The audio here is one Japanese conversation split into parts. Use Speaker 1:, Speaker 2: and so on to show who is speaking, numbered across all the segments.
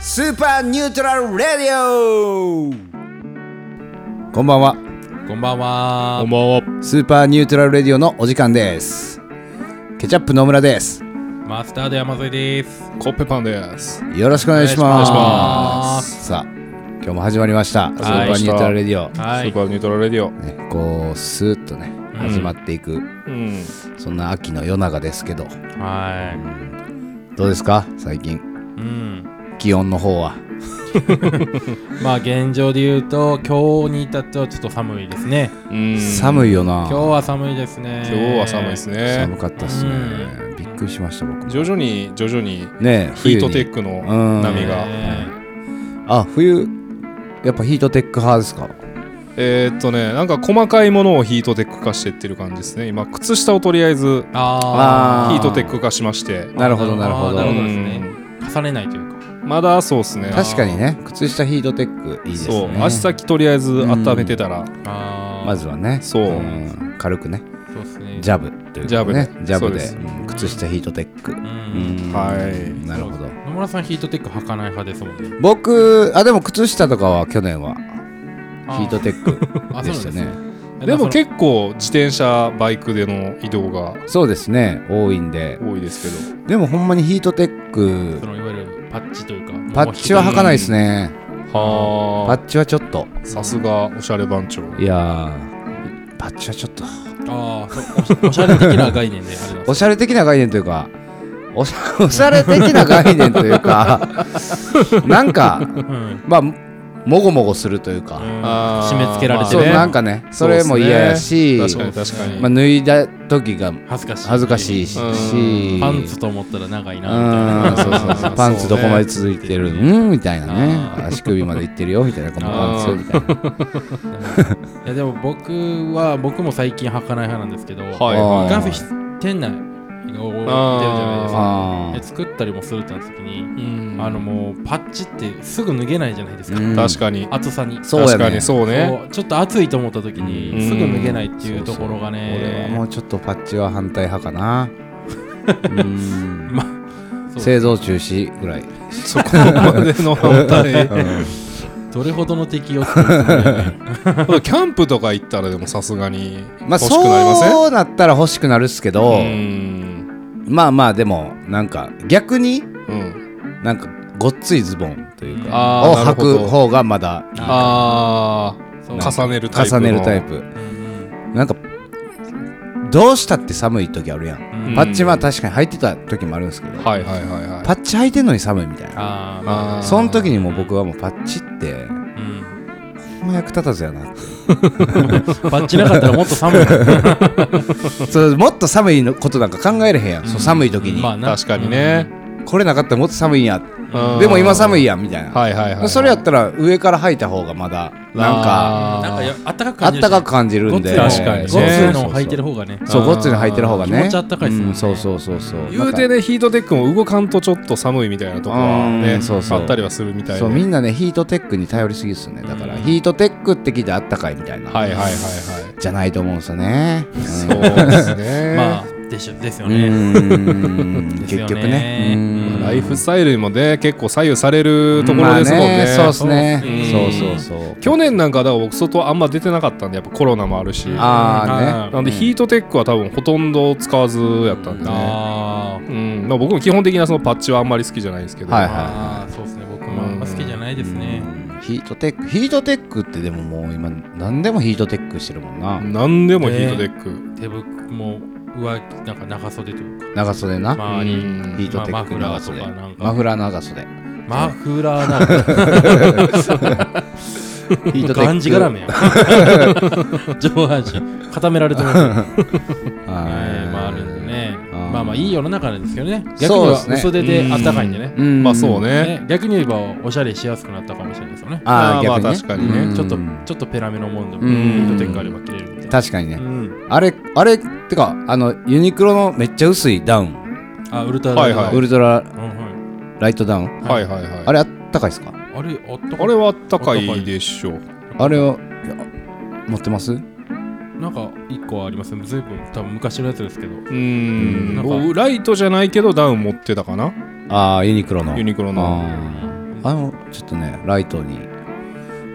Speaker 1: ーパーニュートラルレディオこんばんは
Speaker 2: こんばんは
Speaker 3: こんばんは。
Speaker 1: スーパーニュートラルレディオのお時間ですケチャップ野村です
Speaker 2: マスタード山添です
Speaker 3: コッペパンです。
Speaker 1: よろしくお願いします
Speaker 3: お願
Speaker 2: いします
Speaker 1: さあ今日も始まりましたスーパーニュートラルレディオ、
Speaker 2: は
Speaker 3: ス
Speaker 2: い
Speaker 3: ーパーニュートラルレディオ。
Speaker 1: ね、こうスーッとね
Speaker 2: うん
Speaker 1: 始まっていく、
Speaker 3: うん。
Speaker 1: そんな秋の夜長ですけど
Speaker 2: は
Speaker 1: どうですか最近
Speaker 2: いうん
Speaker 1: 気温の方は
Speaker 2: まあ現状で言うと今日に至ってはちょっと寒いですね
Speaker 3: うん
Speaker 1: 寒いよな
Speaker 2: 今日は寒いですね
Speaker 3: 今日は寒いですね
Speaker 1: 寒。かったっすね、びっくりしました僕も
Speaker 3: 徐々に徐々に
Speaker 1: ねえ
Speaker 3: ヒートテ
Speaker 1: ク
Speaker 3: ックの
Speaker 1: うん
Speaker 3: 波が。
Speaker 2: ね
Speaker 1: あ冬やっぱヒートテック派ですか
Speaker 3: えーっとね、なんか細かいものをヒートテック化してってる感じですね。今、靴下をとりあえずヒ
Speaker 2: あ
Speaker 1: あー
Speaker 3: ートテック化しまして。
Speaker 1: なるほどなるほど
Speaker 2: なるほど
Speaker 3: う
Speaker 2: ですね
Speaker 3: ん
Speaker 2: あ重ねないというか
Speaker 3: まだそうですね。
Speaker 1: 確かにね靴下ヒートテックいいです
Speaker 3: そう。
Speaker 1: ね
Speaker 3: 足先とりあえず温めてたら、
Speaker 2: あー
Speaker 1: まずはね
Speaker 3: そうん
Speaker 1: 軽くね
Speaker 2: そうですね
Speaker 1: ジ
Speaker 2: ゃ
Speaker 1: ャブという
Speaker 3: ジ
Speaker 1: か
Speaker 3: ャブ
Speaker 1: ね
Speaker 3: ね
Speaker 1: ジャブ
Speaker 3: そうで
Speaker 1: ですうん靴下ヒートテック
Speaker 2: う
Speaker 1: うんん
Speaker 3: はい
Speaker 1: なるほど
Speaker 2: そう野村さんヒートテック履かない派ですもんね
Speaker 1: 僕あでも靴下とかは去年は
Speaker 2: あ
Speaker 1: ヒートテック
Speaker 2: あ
Speaker 1: で
Speaker 2: そ
Speaker 1: した
Speaker 2: うなんです
Speaker 1: ね
Speaker 2: ね
Speaker 3: でも結構自転車、バイクでの移動が
Speaker 1: そうですね多いんで
Speaker 3: 多いですけ
Speaker 1: でもほんまにヒートテッ
Speaker 2: そ
Speaker 1: ク
Speaker 2: のいわゆるパッチというか
Speaker 1: パッチは履かないですね
Speaker 3: ど。は
Speaker 1: パッチはちょっと
Speaker 3: あ。さすがおしゃれ番長。
Speaker 1: いやーパッチはちょっと
Speaker 2: ああそうおしゃおしゃれ的な概念であります
Speaker 1: おしゃれ的な概念というかおしゃ おしゃれ的な概念というかなんか
Speaker 2: うん
Speaker 1: まあもごもごするというか、
Speaker 2: うん
Speaker 3: あー
Speaker 2: 締め付けられて
Speaker 1: そう
Speaker 3: まあね
Speaker 1: なんかねそれも嫌やし、
Speaker 3: そうっすね確かに確かに、
Speaker 1: まあ、脱いだ時が
Speaker 2: 恥ずかしい
Speaker 1: 恥ずかしいし
Speaker 3: うん
Speaker 1: し
Speaker 2: パンツと思ったら長い
Speaker 1: うん
Speaker 2: なみたい
Speaker 1: そう
Speaker 2: な
Speaker 1: そうそう
Speaker 3: うん
Speaker 1: パンツどこまで続いてる
Speaker 2: そう
Speaker 1: の、うんみたいなね
Speaker 2: あー
Speaker 1: 足首までいってるよみたいなこのパンツみたいな
Speaker 2: いやでも僕は僕も最近履かない派なんですけど、
Speaker 3: はい
Speaker 1: あー
Speaker 3: はい
Speaker 2: かんせんひ店内が多いってるじゃ
Speaker 1: あ
Speaker 2: な
Speaker 1: ー
Speaker 2: いですかで作ったりもするってなった時に、
Speaker 3: うん
Speaker 2: あのもうパッチってすぐ脱げないじゃないですか、
Speaker 1: うん
Speaker 3: 確かに、
Speaker 2: 厚さに
Speaker 1: そうやね
Speaker 3: 確かにそうね
Speaker 2: そうちょっと暑いと思った時に、
Speaker 3: うん
Speaker 2: すぐ脱げないっていうところ
Speaker 1: 俺
Speaker 2: が
Speaker 1: は
Speaker 2: ね
Speaker 1: もうちょっとパッチは反対派かなうん
Speaker 2: まそう
Speaker 1: 製造中止ぐらい、
Speaker 3: そこまでの反対
Speaker 2: どれほどの敵を作る かね
Speaker 3: あとキャンプとか行ったらでもさすがに
Speaker 1: まあ
Speaker 3: 欲しくなりません、
Speaker 1: そうなったら欲しくなるっすけど、
Speaker 3: うん
Speaker 1: まあまあでもなんか逆に
Speaker 3: うん
Speaker 1: なんかごっついズボンという
Speaker 3: あ
Speaker 1: か
Speaker 3: ー
Speaker 1: を
Speaker 3: な
Speaker 1: 履
Speaker 3: るほど
Speaker 1: く方がまだ
Speaker 3: あ
Speaker 2: そう
Speaker 3: あ重ねるタイプ
Speaker 1: 重
Speaker 3: の
Speaker 1: ねるタイプ
Speaker 2: うん
Speaker 1: なんかどうしたって寒い時あるやん、
Speaker 2: うん
Speaker 1: パッチは確かに履いてた時もあるんですけど、
Speaker 3: はいはいはいはい
Speaker 1: パッチ履いてんのに寒いみたいな
Speaker 2: あーまあ
Speaker 3: あー
Speaker 1: その時にもう僕はもうパッチって
Speaker 2: うん
Speaker 1: ほんま役立たずやなって
Speaker 2: パッチなかったらもっと寒い
Speaker 1: そうもっと寒いのことなんか考えれへんやん、そう寒い時に、
Speaker 2: まあな
Speaker 3: 確かにね、
Speaker 1: これなかったらもっと寒いんや
Speaker 3: うん
Speaker 1: でも今寒いやんみたいな、
Speaker 3: はいはいはい
Speaker 1: それやったら上から履いた方がまだなんか
Speaker 3: あー
Speaker 2: なんかやあったかく
Speaker 1: あっ
Speaker 2: 感じ
Speaker 1: た
Speaker 2: る
Speaker 1: かく感じるんで
Speaker 2: ごっついの
Speaker 3: 確かにね
Speaker 2: ごっついのを履いてる方がね
Speaker 1: そうごっついの履いてる方がね
Speaker 2: 気持ちあったかいっすもん
Speaker 1: う
Speaker 2: ね
Speaker 1: んそうそうそうそう
Speaker 3: 言うてねヒートテックも動かんとちょっと寒いみたいなとこは
Speaker 1: う
Speaker 3: ね
Speaker 1: んそうそう
Speaker 3: あったりはするみたいで
Speaker 1: そう
Speaker 3: は
Speaker 1: み
Speaker 3: い
Speaker 1: んなねヒートテックに頼りすぎっすねだから
Speaker 2: うん
Speaker 1: ヒートテックって聞いてあったかいみたいな、
Speaker 3: はいはいはい
Speaker 1: じゃないと思うんですよね、うん
Speaker 3: そうです ね
Speaker 2: まあでしょですよ
Speaker 1: う
Speaker 2: ね
Speaker 1: ん
Speaker 2: で
Speaker 1: 結
Speaker 2: すよね
Speaker 1: 局ねうん
Speaker 3: ライフスタイルにもね結構左右されるところですもんね,、
Speaker 1: まあそうっすね
Speaker 3: うん
Speaker 1: そうそうそう
Speaker 3: 去年なんかだから僕外あんま出てなかったんでやっぱコロナもあるし
Speaker 1: ああね
Speaker 3: なんでヒートテックは多分ほとんど使わずやったんでね、
Speaker 2: あー
Speaker 3: うんまあ、僕も基本的なそのパッチはあんまり好きじゃないんですけど、
Speaker 1: はいはい
Speaker 2: あーそうですね僕もあんま好きじゃないですね
Speaker 1: うんヒートテックヒートテックってでももう今何でもヒートテックしてるもんな
Speaker 3: 何でもヒートテック、
Speaker 2: 手袋も上着なんか長袖という
Speaker 1: 長袖な
Speaker 2: か
Speaker 3: う
Speaker 2: 周り
Speaker 1: ヒ
Speaker 2: に
Speaker 3: ん
Speaker 1: ートテック
Speaker 2: まあマ
Speaker 1: 長
Speaker 2: フラーと
Speaker 1: 袖
Speaker 2: かなんか
Speaker 1: マフラー長 袖
Speaker 2: マフラーなんか
Speaker 1: ヒートテック
Speaker 2: がんじが らめや上半身固められてますよね
Speaker 1: はい
Speaker 2: まああるんでね
Speaker 1: あー
Speaker 2: まあまあいい世の中なんですけどね逆に
Speaker 1: そうで
Speaker 2: は
Speaker 1: すね
Speaker 2: 薄手であったかいんでね
Speaker 1: うん
Speaker 3: まあそうね
Speaker 2: ね逆に言えばおしゃれしやすくなったかもしれないですよね
Speaker 1: ああ
Speaker 3: あーま
Speaker 1: 逆
Speaker 3: あ
Speaker 1: にね
Speaker 3: 確かにね
Speaker 1: うん
Speaker 2: ちょっとちょっとペラメのもんでも
Speaker 1: う
Speaker 2: ヒ
Speaker 1: ん
Speaker 2: ートテックあれば着れるみたいな
Speaker 1: 確かにね
Speaker 2: うん
Speaker 1: あれあれってかあのユニクロのめっちゃ薄いダウン
Speaker 2: あウルトラ
Speaker 3: はいはい
Speaker 1: ウルトラ
Speaker 2: うんはい
Speaker 1: ライトダウン
Speaker 3: はいはいはい
Speaker 1: あれあったかいですか
Speaker 2: あれあったか
Speaker 3: あれはあったかいでしょう
Speaker 1: あれをいや持ってます
Speaker 2: なんか一個ありますね随分多分昔のやつですけど
Speaker 3: う
Speaker 2: うん
Speaker 3: ん
Speaker 2: なんか
Speaker 3: ライトじゃないけどダウン持ってたかな
Speaker 1: ああユニクロの
Speaker 3: ユニクロの
Speaker 1: ああのちょっとねライトに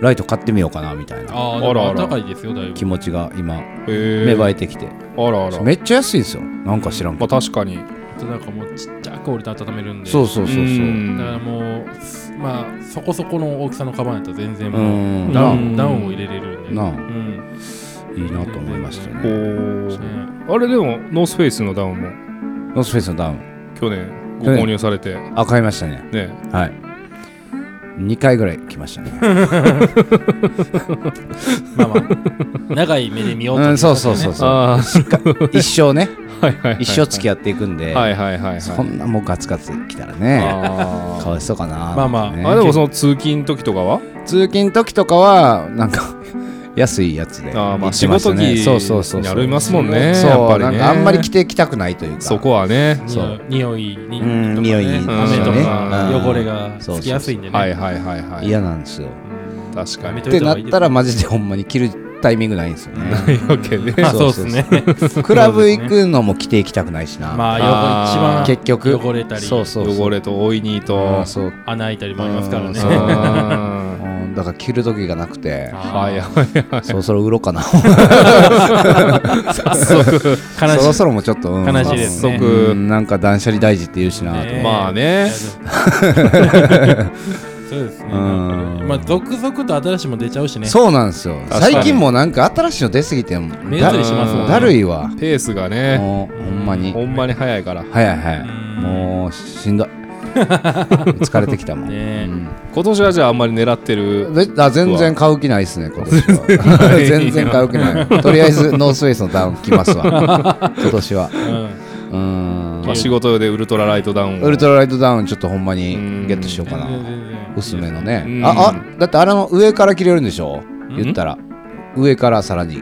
Speaker 1: ライト買ってみようかなみたいな
Speaker 2: ああ、
Speaker 3: あらあら
Speaker 2: あ高いですよ、だいぶ。
Speaker 1: 気持ちが今芽
Speaker 3: 芽
Speaker 1: 生えてきて、
Speaker 3: あらあら
Speaker 1: めっちゃ安いんですよなんか知らん
Speaker 3: ま
Speaker 1: け
Speaker 3: あ
Speaker 1: ど、
Speaker 3: 確かに
Speaker 2: あとなんかもうちっちゃく折りたためるんで。
Speaker 1: そうそうそうそううん
Speaker 2: だから
Speaker 3: ん
Speaker 2: もう、すまあ、そこそこの大きさのカバンやったら全然
Speaker 1: う
Speaker 2: もう、
Speaker 1: ん
Speaker 2: ダ
Speaker 1: な
Speaker 2: ウ
Speaker 1: あ
Speaker 2: ンダウンを入れれるんで。
Speaker 1: なあ
Speaker 2: うん。
Speaker 1: いいなと思いました
Speaker 3: お
Speaker 1: ね
Speaker 3: ー
Speaker 2: ね
Speaker 3: あれでもノースフェイスのダウンも
Speaker 1: ノースフェイスのダウン
Speaker 3: 去年ご購入されて
Speaker 1: あ買いましたね
Speaker 3: ね
Speaker 1: はい2回ぐらい来ましたね
Speaker 2: まあまあ、 長い目で見ようと、。
Speaker 1: うんそうそうそううそう
Speaker 3: あ
Speaker 1: 一生ね
Speaker 3: あはいはいはい
Speaker 1: 一生付き合っていくんで、
Speaker 3: はいはいはいはい
Speaker 1: そんなもうガツガツ来たらね
Speaker 3: あ
Speaker 1: かわいそうかな
Speaker 2: まあまあ
Speaker 1: ってね
Speaker 3: ーあでもその通勤の時とかは
Speaker 1: 通勤時とかはなんか 安いやつで
Speaker 3: あー
Speaker 1: 行
Speaker 3: まあ
Speaker 1: って
Speaker 3: 仕
Speaker 1: ました
Speaker 3: 事着
Speaker 1: ねそうそうそう
Speaker 3: に
Speaker 1: そ
Speaker 3: あ
Speaker 1: う
Speaker 3: りますもんね
Speaker 1: そう
Speaker 3: やっぱり
Speaker 1: なん
Speaker 3: ね
Speaker 1: かあんまり着てきたくないというか
Speaker 3: そこはね
Speaker 1: そう
Speaker 2: 匂いに、
Speaker 1: うん
Speaker 2: とかね
Speaker 1: 匂い
Speaker 2: 雨
Speaker 1: に
Speaker 2: とか
Speaker 3: うん
Speaker 2: 汚れがつきやすいんでね。
Speaker 3: はいはいはいはい
Speaker 1: 嫌なんですよ
Speaker 2: うん
Speaker 3: 確かに
Speaker 1: ってなったらマジでほんまに着るタイミングないんですよ
Speaker 3: な
Speaker 1: ね
Speaker 3: いわけね
Speaker 2: まあ
Speaker 1: そ
Speaker 2: そう
Speaker 1: そ
Speaker 2: うで
Speaker 1: う
Speaker 2: すね。
Speaker 1: クラブ行くのも着ていきたくないしな、
Speaker 2: ま
Speaker 3: あ
Speaker 2: あ、汚れ
Speaker 3: ー
Speaker 1: 結
Speaker 2: 一
Speaker 1: 局
Speaker 2: 番汚れたり、
Speaker 1: そうそうそう
Speaker 3: 汚れと老いに
Speaker 1: あ
Speaker 3: と
Speaker 1: ーそう
Speaker 2: 穴開いたりもありますから
Speaker 1: うん
Speaker 2: ね。
Speaker 1: そう
Speaker 3: あー
Speaker 1: うんだから着る時がなくて
Speaker 2: あ
Speaker 3: はい
Speaker 2: ー
Speaker 3: はい
Speaker 1: そろそろ売ろうかなそ
Speaker 2: 悲しい
Speaker 1: ろ。そろもうちょっと、うん
Speaker 2: 悲しいですね
Speaker 1: 早速うんなんか断捨離大事って言うしなと思って
Speaker 2: ねえ
Speaker 3: ま あね。
Speaker 2: そうですね。
Speaker 1: うん
Speaker 2: まあ、続々と新しいも出ちゃうしね。
Speaker 1: そうなんですよ
Speaker 3: 確かに
Speaker 1: 最近もうなんか新しいの出すぎても
Speaker 2: 目移りしますもん
Speaker 1: だるいわ
Speaker 3: ペースがね
Speaker 1: もうほんまに
Speaker 3: ほんまに早いから
Speaker 1: 早い早い
Speaker 2: うん
Speaker 1: もうし んどい疲れてきたもん、
Speaker 2: ね
Speaker 3: 今年はじゃああんまり狙ってる
Speaker 1: うんであ全然買う気ないっす ね今年は全然買う気ないとりあえずノースウェイスのダウン来ます わ今年は
Speaker 2: うん
Speaker 1: うーん、
Speaker 3: まあ仕事でウルトラライトダウンを
Speaker 1: ウルトラライトダウンちょっとほんまに
Speaker 3: うん
Speaker 1: ゲットしようかな
Speaker 2: 全然全然
Speaker 1: 薄めのね
Speaker 3: うん
Speaker 1: ああだってあれの上から着れるんでしょ言ったら上からさらに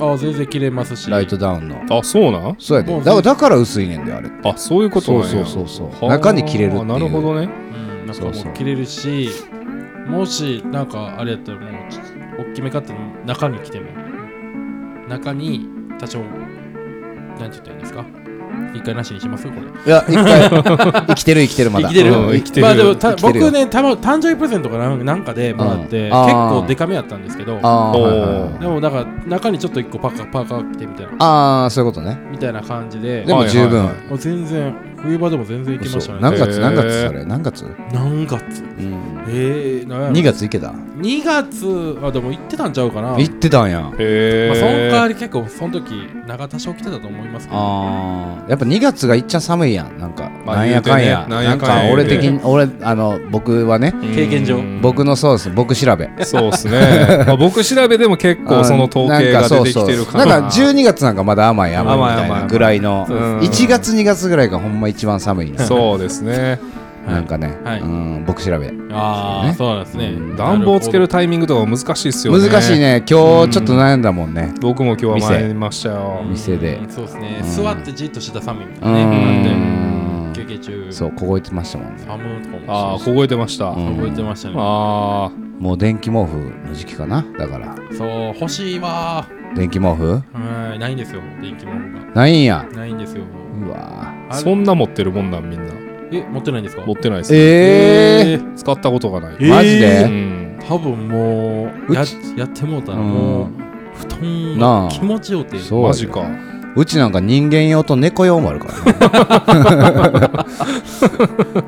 Speaker 2: あ、全然切れますし。
Speaker 1: ライトダウンの
Speaker 3: あそうなん
Speaker 1: そうやで
Speaker 2: もう
Speaker 1: だからだから薄いねんであれ
Speaker 3: あそういうこと
Speaker 1: そ
Speaker 3: な
Speaker 1: うん
Speaker 3: や
Speaker 1: そうそうそう
Speaker 3: はあ
Speaker 1: 中に着れるっていう
Speaker 3: なるほどね
Speaker 2: うん、なんか
Speaker 1: そ
Speaker 2: も
Speaker 1: うそう
Speaker 2: う切れるし、もし、なんかあれやったら、もうちょっと、大きめ買って、中に来ても、中に多少、なんて言ったらいいんですか一回なしにしますこれ。
Speaker 1: いや一回 生きてる生きてるまだ
Speaker 2: 生きてる
Speaker 1: うん
Speaker 3: 生きてる
Speaker 2: まあでもた
Speaker 1: 生きてるよ
Speaker 2: 僕ねたま誕生日プレゼントかなんなんかでもらって、
Speaker 1: うん
Speaker 2: 結
Speaker 1: あー
Speaker 2: 構デカめやったんですけど
Speaker 1: あー
Speaker 3: おー
Speaker 1: はいはいはい
Speaker 2: でもだから中にちょっと一個パカパカ着てみたいな
Speaker 1: あーそういうことね
Speaker 2: みたいな感じで
Speaker 1: でも十分
Speaker 3: はいはいはい
Speaker 2: もう全然冬場でも全然いけました
Speaker 1: 嘘
Speaker 2: ね
Speaker 1: 何月
Speaker 3: へー
Speaker 1: 何月それ何月
Speaker 2: 何月
Speaker 1: うん
Speaker 2: えー、何
Speaker 1: 2
Speaker 2: やろ
Speaker 1: 月行けた
Speaker 2: 2月あでも行ってたんちゃうかな
Speaker 1: 行ってたんや
Speaker 3: へ
Speaker 2: まあ、その代わ
Speaker 3: え
Speaker 2: り結構その時長田賞来てたと思いますけど
Speaker 1: あーやっぱ2月がいっちゃ寒いやんなんか
Speaker 3: まあ
Speaker 1: なんやかんや
Speaker 3: 言うてねなん
Speaker 1: な
Speaker 3: や
Speaker 1: ん
Speaker 3: か
Speaker 1: か
Speaker 3: んや
Speaker 1: 俺
Speaker 3: 言う
Speaker 1: 的
Speaker 3: て
Speaker 1: に俺あの僕はね
Speaker 2: 経験上
Speaker 1: 僕のそうです僕調べ
Speaker 3: そうですねまあ僕調べでも結構その統計
Speaker 1: あ
Speaker 3: が
Speaker 1: ーなん
Speaker 3: 出てきてる
Speaker 1: そうそうなんか12月なんかまだ甘い甘いみたい
Speaker 3: 甘い甘い
Speaker 1: な
Speaker 3: 甘い
Speaker 1: ぐらいの
Speaker 3: うん
Speaker 1: 1月2月ぐらいがほんま一番寒いんです
Speaker 3: そうですね
Speaker 1: なんかね
Speaker 2: はい
Speaker 1: うん僕調べ
Speaker 2: あーそうなんですね
Speaker 1: うん
Speaker 3: 暖房つけるタイミングとか難しいっすよね
Speaker 1: 難しいね今日ちょっと悩んだもんね
Speaker 3: 僕も今日は参りましたよ
Speaker 1: 店で
Speaker 2: うんそうですね、
Speaker 1: うん
Speaker 2: 座ってじっとしてたら寒いみた
Speaker 1: う
Speaker 2: いなね
Speaker 1: ん
Speaker 2: なんで休憩中
Speaker 1: そう凍えてましたもんね
Speaker 2: 寒いとかも
Speaker 3: ああ
Speaker 2: そう
Speaker 3: 凍えてました
Speaker 1: うん
Speaker 2: 覚えてましたね、
Speaker 3: あ
Speaker 1: もう電気毛布の時期かなだから
Speaker 2: そう欲しいわ
Speaker 1: 電気毛布
Speaker 2: ーはいないんですよ電気毛布が
Speaker 1: ないんや
Speaker 2: ないんですよ
Speaker 1: うわ
Speaker 3: あ
Speaker 2: あれ
Speaker 3: そんな持ってるもんなんみんな
Speaker 2: え持ってないんですか
Speaker 3: 持ってないですね
Speaker 1: ええ
Speaker 3: 使ったことがない
Speaker 2: えー
Speaker 1: マジ
Speaker 3: う
Speaker 1: で
Speaker 3: ん
Speaker 2: 多分もう
Speaker 1: う
Speaker 2: や
Speaker 1: ち
Speaker 2: やってもうたら
Speaker 1: うん
Speaker 2: もう布団
Speaker 1: なあ
Speaker 2: が気持ちよって
Speaker 1: そう
Speaker 3: マジか
Speaker 1: うちなんか人間用と猫用もある からね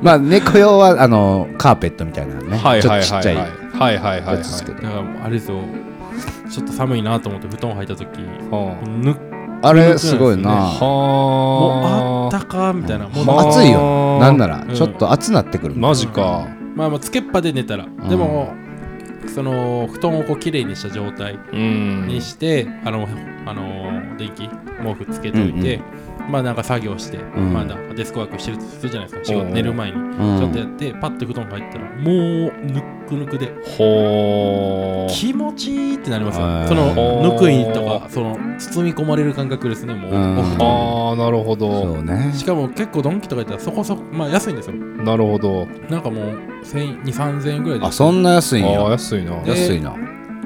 Speaker 1: まあ猫用はあのカーペットみたいなのね
Speaker 3: はい
Speaker 1: ちょ
Speaker 3: は
Speaker 1: っ
Speaker 3: い
Speaker 1: とち
Speaker 3: は
Speaker 1: っちゃ
Speaker 3: い
Speaker 1: い
Speaker 3: はいはいはいはい
Speaker 1: や
Speaker 3: はい
Speaker 1: つですけど
Speaker 2: だからあれですよちょっと寒いなと思って布団入った時
Speaker 3: は
Speaker 2: ぬ
Speaker 1: あれすごい
Speaker 3: あ
Speaker 1: な
Speaker 2: もうあ
Speaker 3: は
Speaker 2: ったかみたいなもう
Speaker 1: はあ暑いよ
Speaker 3: よ
Speaker 1: なんなら
Speaker 2: うん
Speaker 1: ちょっと暑なってくる
Speaker 3: マジか
Speaker 2: まあまあつけっぱで寝たら、でもその布団をこう綺麗にした状態
Speaker 3: うん
Speaker 2: にして、あのあの電気毛布つけといて、まあなんか作業して、
Speaker 1: ん
Speaker 2: まあなんかデスクワークしてるとするじゃないですか仕
Speaker 3: う
Speaker 2: 事
Speaker 3: ん
Speaker 2: 寝る前
Speaker 1: う
Speaker 2: にちょっ
Speaker 1: ん
Speaker 2: とやってパッと布団入ったらもうぬっくぬくで
Speaker 3: ほー
Speaker 2: 気持ちいいってなります
Speaker 1: へ
Speaker 2: よ
Speaker 1: ー
Speaker 2: そのぬくいとかその包み込まれる感覚ですねもう、
Speaker 1: うん
Speaker 2: お布団
Speaker 3: あーなるほ
Speaker 1: そ
Speaker 3: ど
Speaker 1: うね
Speaker 2: しかも結構ドンキとか行ったらそこそこまあ安いんですよ
Speaker 3: なるほど
Speaker 2: なんかもう1000 2000円ぐらいで
Speaker 1: あそんな安
Speaker 3: あ
Speaker 1: いん
Speaker 3: ー
Speaker 1: や
Speaker 3: 安いな
Speaker 2: で
Speaker 1: 安いな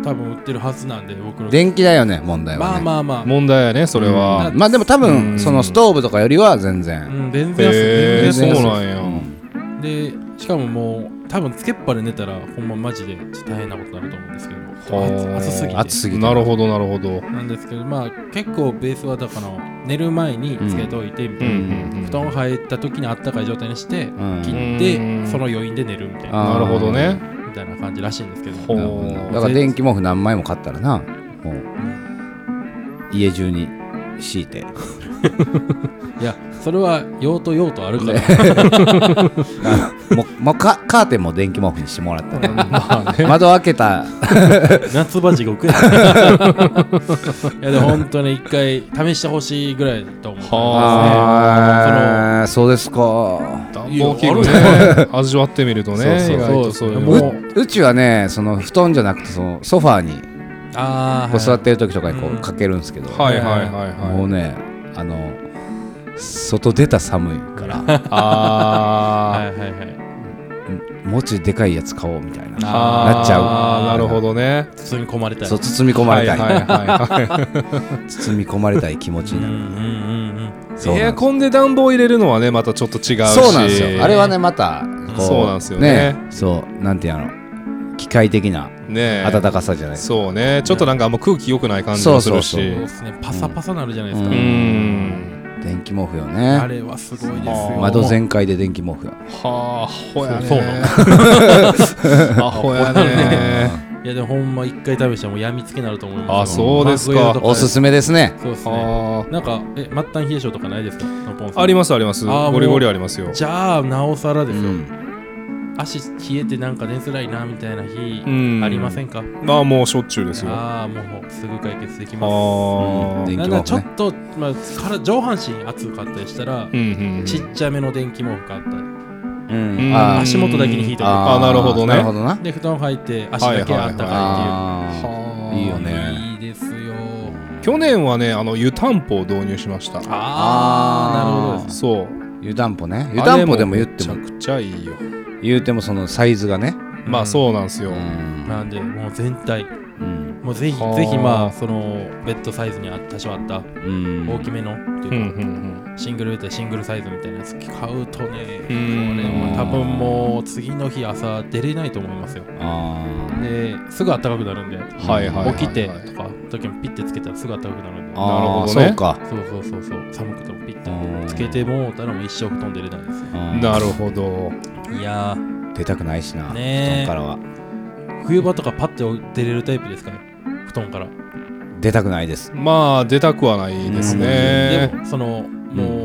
Speaker 2: 多分売ってるはずなんで僕の
Speaker 1: 電気だよね問題
Speaker 2: ま
Speaker 1: は
Speaker 2: あ
Speaker 1: ね
Speaker 2: まあまあ、
Speaker 3: 問題やねそれ
Speaker 1: う
Speaker 3: は
Speaker 1: んまあでも多
Speaker 3: う
Speaker 1: 分
Speaker 3: ん
Speaker 1: そのストーブとかよりは全
Speaker 2: う
Speaker 1: 然
Speaker 2: ん、全然安い
Speaker 3: へ
Speaker 2: 全
Speaker 3: え
Speaker 2: 然安い
Speaker 3: そうなんや
Speaker 1: うん
Speaker 2: でしかももう多分つけっぱで寝たらほんまマジでちょっと大変なことになると思うんですけ
Speaker 3: は
Speaker 2: ど
Speaker 3: あ
Speaker 2: 暑すぎて
Speaker 1: 暑すぎて
Speaker 3: なるほどなるほど
Speaker 2: なんですけどまあ結構ベースはだから寝る前につけといてみたいな、
Speaker 3: うん
Speaker 2: 布団入った時にあったかい状態にして、
Speaker 1: うん
Speaker 2: 切って、
Speaker 3: うん
Speaker 2: その余韻で寝るみたい
Speaker 1: あ
Speaker 2: な
Speaker 1: ー
Speaker 3: なるほどね
Speaker 2: みたいな感じらしいんですけど
Speaker 3: ほう
Speaker 1: なるほどなだから電気毛布何枚も買ったらなもう家中に敷いて
Speaker 2: いやそれは用途用途あるから、
Speaker 1: もうもう カカーテンも電気毛布にしてもらったら
Speaker 3: まあね
Speaker 1: 窓開けた
Speaker 2: 夏場地獄や いやでも本当に一回試してほしいぐらいと思う
Speaker 1: あーそうですか
Speaker 3: 暖房器具
Speaker 2: いや
Speaker 3: ね味わってみるとね
Speaker 1: そうそう
Speaker 3: 意外とそういうの
Speaker 2: もう
Speaker 1: うちはねその布団じゃなくてそのソファーに
Speaker 2: あ
Speaker 1: こう
Speaker 2: あ
Speaker 1: 座ってる時とかにこ
Speaker 2: う
Speaker 1: う
Speaker 2: ん
Speaker 1: かけるんですけど、
Speaker 3: はいはいはい
Speaker 1: も
Speaker 3: は
Speaker 1: う
Speaker 3: い
Speaker 1: ねあの外出た寒い から
Speaker 3: あ
Speaker 2: はい はいはいはい
Speaker 1: もうちょいでかいやつ買おうみたい
Speaker 3: ー
Speaker 1: な
Speaker 3: あー
Speaker 1: なっちゃう
Speaker 3: なるほどね
Speaker 2: 包み込まれたい
Speaker 1: そう包み込まれたい、
Speaker 3: はいはいはいはい
Speaker 1: 包み込まれたい気持ち
Speaker 2: うん
Speaker 1: にな
Speaker 2: う
Speaker 1: る、
Speaker 2: んうんうん
Speaker 1: そう
Speaker 3: エ
Speaker 1: な
Speaker 3: ア
Speaker 1: んです
Speaker 3: コンで暖房入れるのはねまたちょっと違うし
Speaker 1: そうなんですよあれはねまたこ
Speaker 3: そうなんですよね
Speaker 1: そうなんていうの機械的な
Speaker 3: ね
Speaker 1: 暖かさじゃないです
Speaker 3: そうねちょっとなんかあんま空気良くない感じもするし
Speaker 1: そう
Speaker 2: そうですねパサパサなるじゃないです
Speaker 1: う
Speaker 2: か、
Speaker 3: うーん
Speaker 1: か電気毛布よ
Speaker 2: あ
Speaker 1: ね
Speaker 2: れはすごいですよ
Speaker 1: 窓全開で電気毛布よ
Speaker 3: はあほやね
Speaker 2: そう
Speaker 3: アホやね
Speaker 2: いやでもほんま一回食べしたらもうやみつきになると思います
Speaker 3: あそうですか
Speaker 1: おす
Speaker 2: す
Speaker 1: すめですね
Speaker 2: そうですね
Speaker 3: は
Speaker 2: なんかえ末端冷え性とかないですかノポンさん
Speaker 3: あありますあります
Speaker 2: あーもう
Speaker 3: ゴリゴリありますよ
Speaker 2: じゃあなおさらで
Speaker 1: う
Speaker 2: すよ、
Speaker 1: ん
Speaker 2: 足冷えてなんか寝づらいなみたいな日
Speaker 3: うん
Speaker 2: ありませんか、
Speaker 3: まあもうしょっちゅうですよあ
Speaker 2: ああもうすぐ解決でき
Speaker 3: あ
Speaker 2: ま
Speaker 1: うん
Speaker 3: ー
Speaker 2: す
Speaker 1: 電気毛
Speaker 2: なんだ
Speaker 1: 布
Speaker 2: ちょ
Speaker 1: ね
Speaker 2: っと、まあ、から上半身熱かったりしたら、
Speaker 3: うんうんうん
Speaker 2: ちっちゃめの電気毛布買ったり
Speaker 1: うん
Speaker 3: うん
Speaker 1: あー
Speaker 2: 足元だけに引いておく
Speaker 1: あー
Speaker 3: あなるほどね
Speaker 1: なるほどな
Speaker 2: で布団入って足だけあったか
Speaker 1: あ
Speaker 2: いっていう、
Speaker 1: ーいいよね
Speaker 2: いいですよ
Speaker 3: 去年はねあの湯たんぽを導入しました
Speaker 2: ああなるほどです
Speaker 3: そう
Speaker 1: 湯たんぽね湯たんぽでも言って
Speaker 3: あれ
Speaker 1: も
Speaker 3: めちゃくちゃいいよ
Speaker 1: 言うてもそのサイズがね
Speaker 3: まあそうなんですよ
Speaker 1: うん
Speaker 2: なんでもう全体
Speaker 1: うん
Speaker 2: もうぜひ
Speaker 3: はあ
Speaker 2: ぜひまあそのベッドサイズにあ多少あった
Speaker 1: うん
Speaker 2: 大きめのっていう
Speaker 3: う
Speaker 2: か、
Speaker 3: んうん
Speaker 2: シングルベッドやシングルサイズみたいなやつ買うとね、こ
Speaker 3: う
Speaker 2: れ
Speaker 3: ん
Speaker 2: は多分もう次の日朝出れないと思いますよ。
Speaker 1: あー
Speaker 2: ですぐ暖かくなるんで、
Speaker 3: うんはいはいはいはい
Speaker 2: 起きてとか時もピッてつけたらすぐ暖かくなるんで、
Speaker 1: あー
Speaker 3: なるほどね
Speaker 1: そうか
Speaker 2: そうそうそうそう、寒くてもピッ
Speaker 1: あー
Speaker 2: てつけてもうたらもう一生布団出れないですよ。
Speaker 3: なるほど
Speaker 2: いや
Speaker 1: 出たくないしな、
Speaker 2: ねえ
Speaker 1: 布団からは
Speaker 2: ー、冬場とかパッて出れるタイプですかね、布団から。
Speaker 1: 出たくないです
Speaker 3: まあ出たくはないですね
Speaker 2: でも、その、も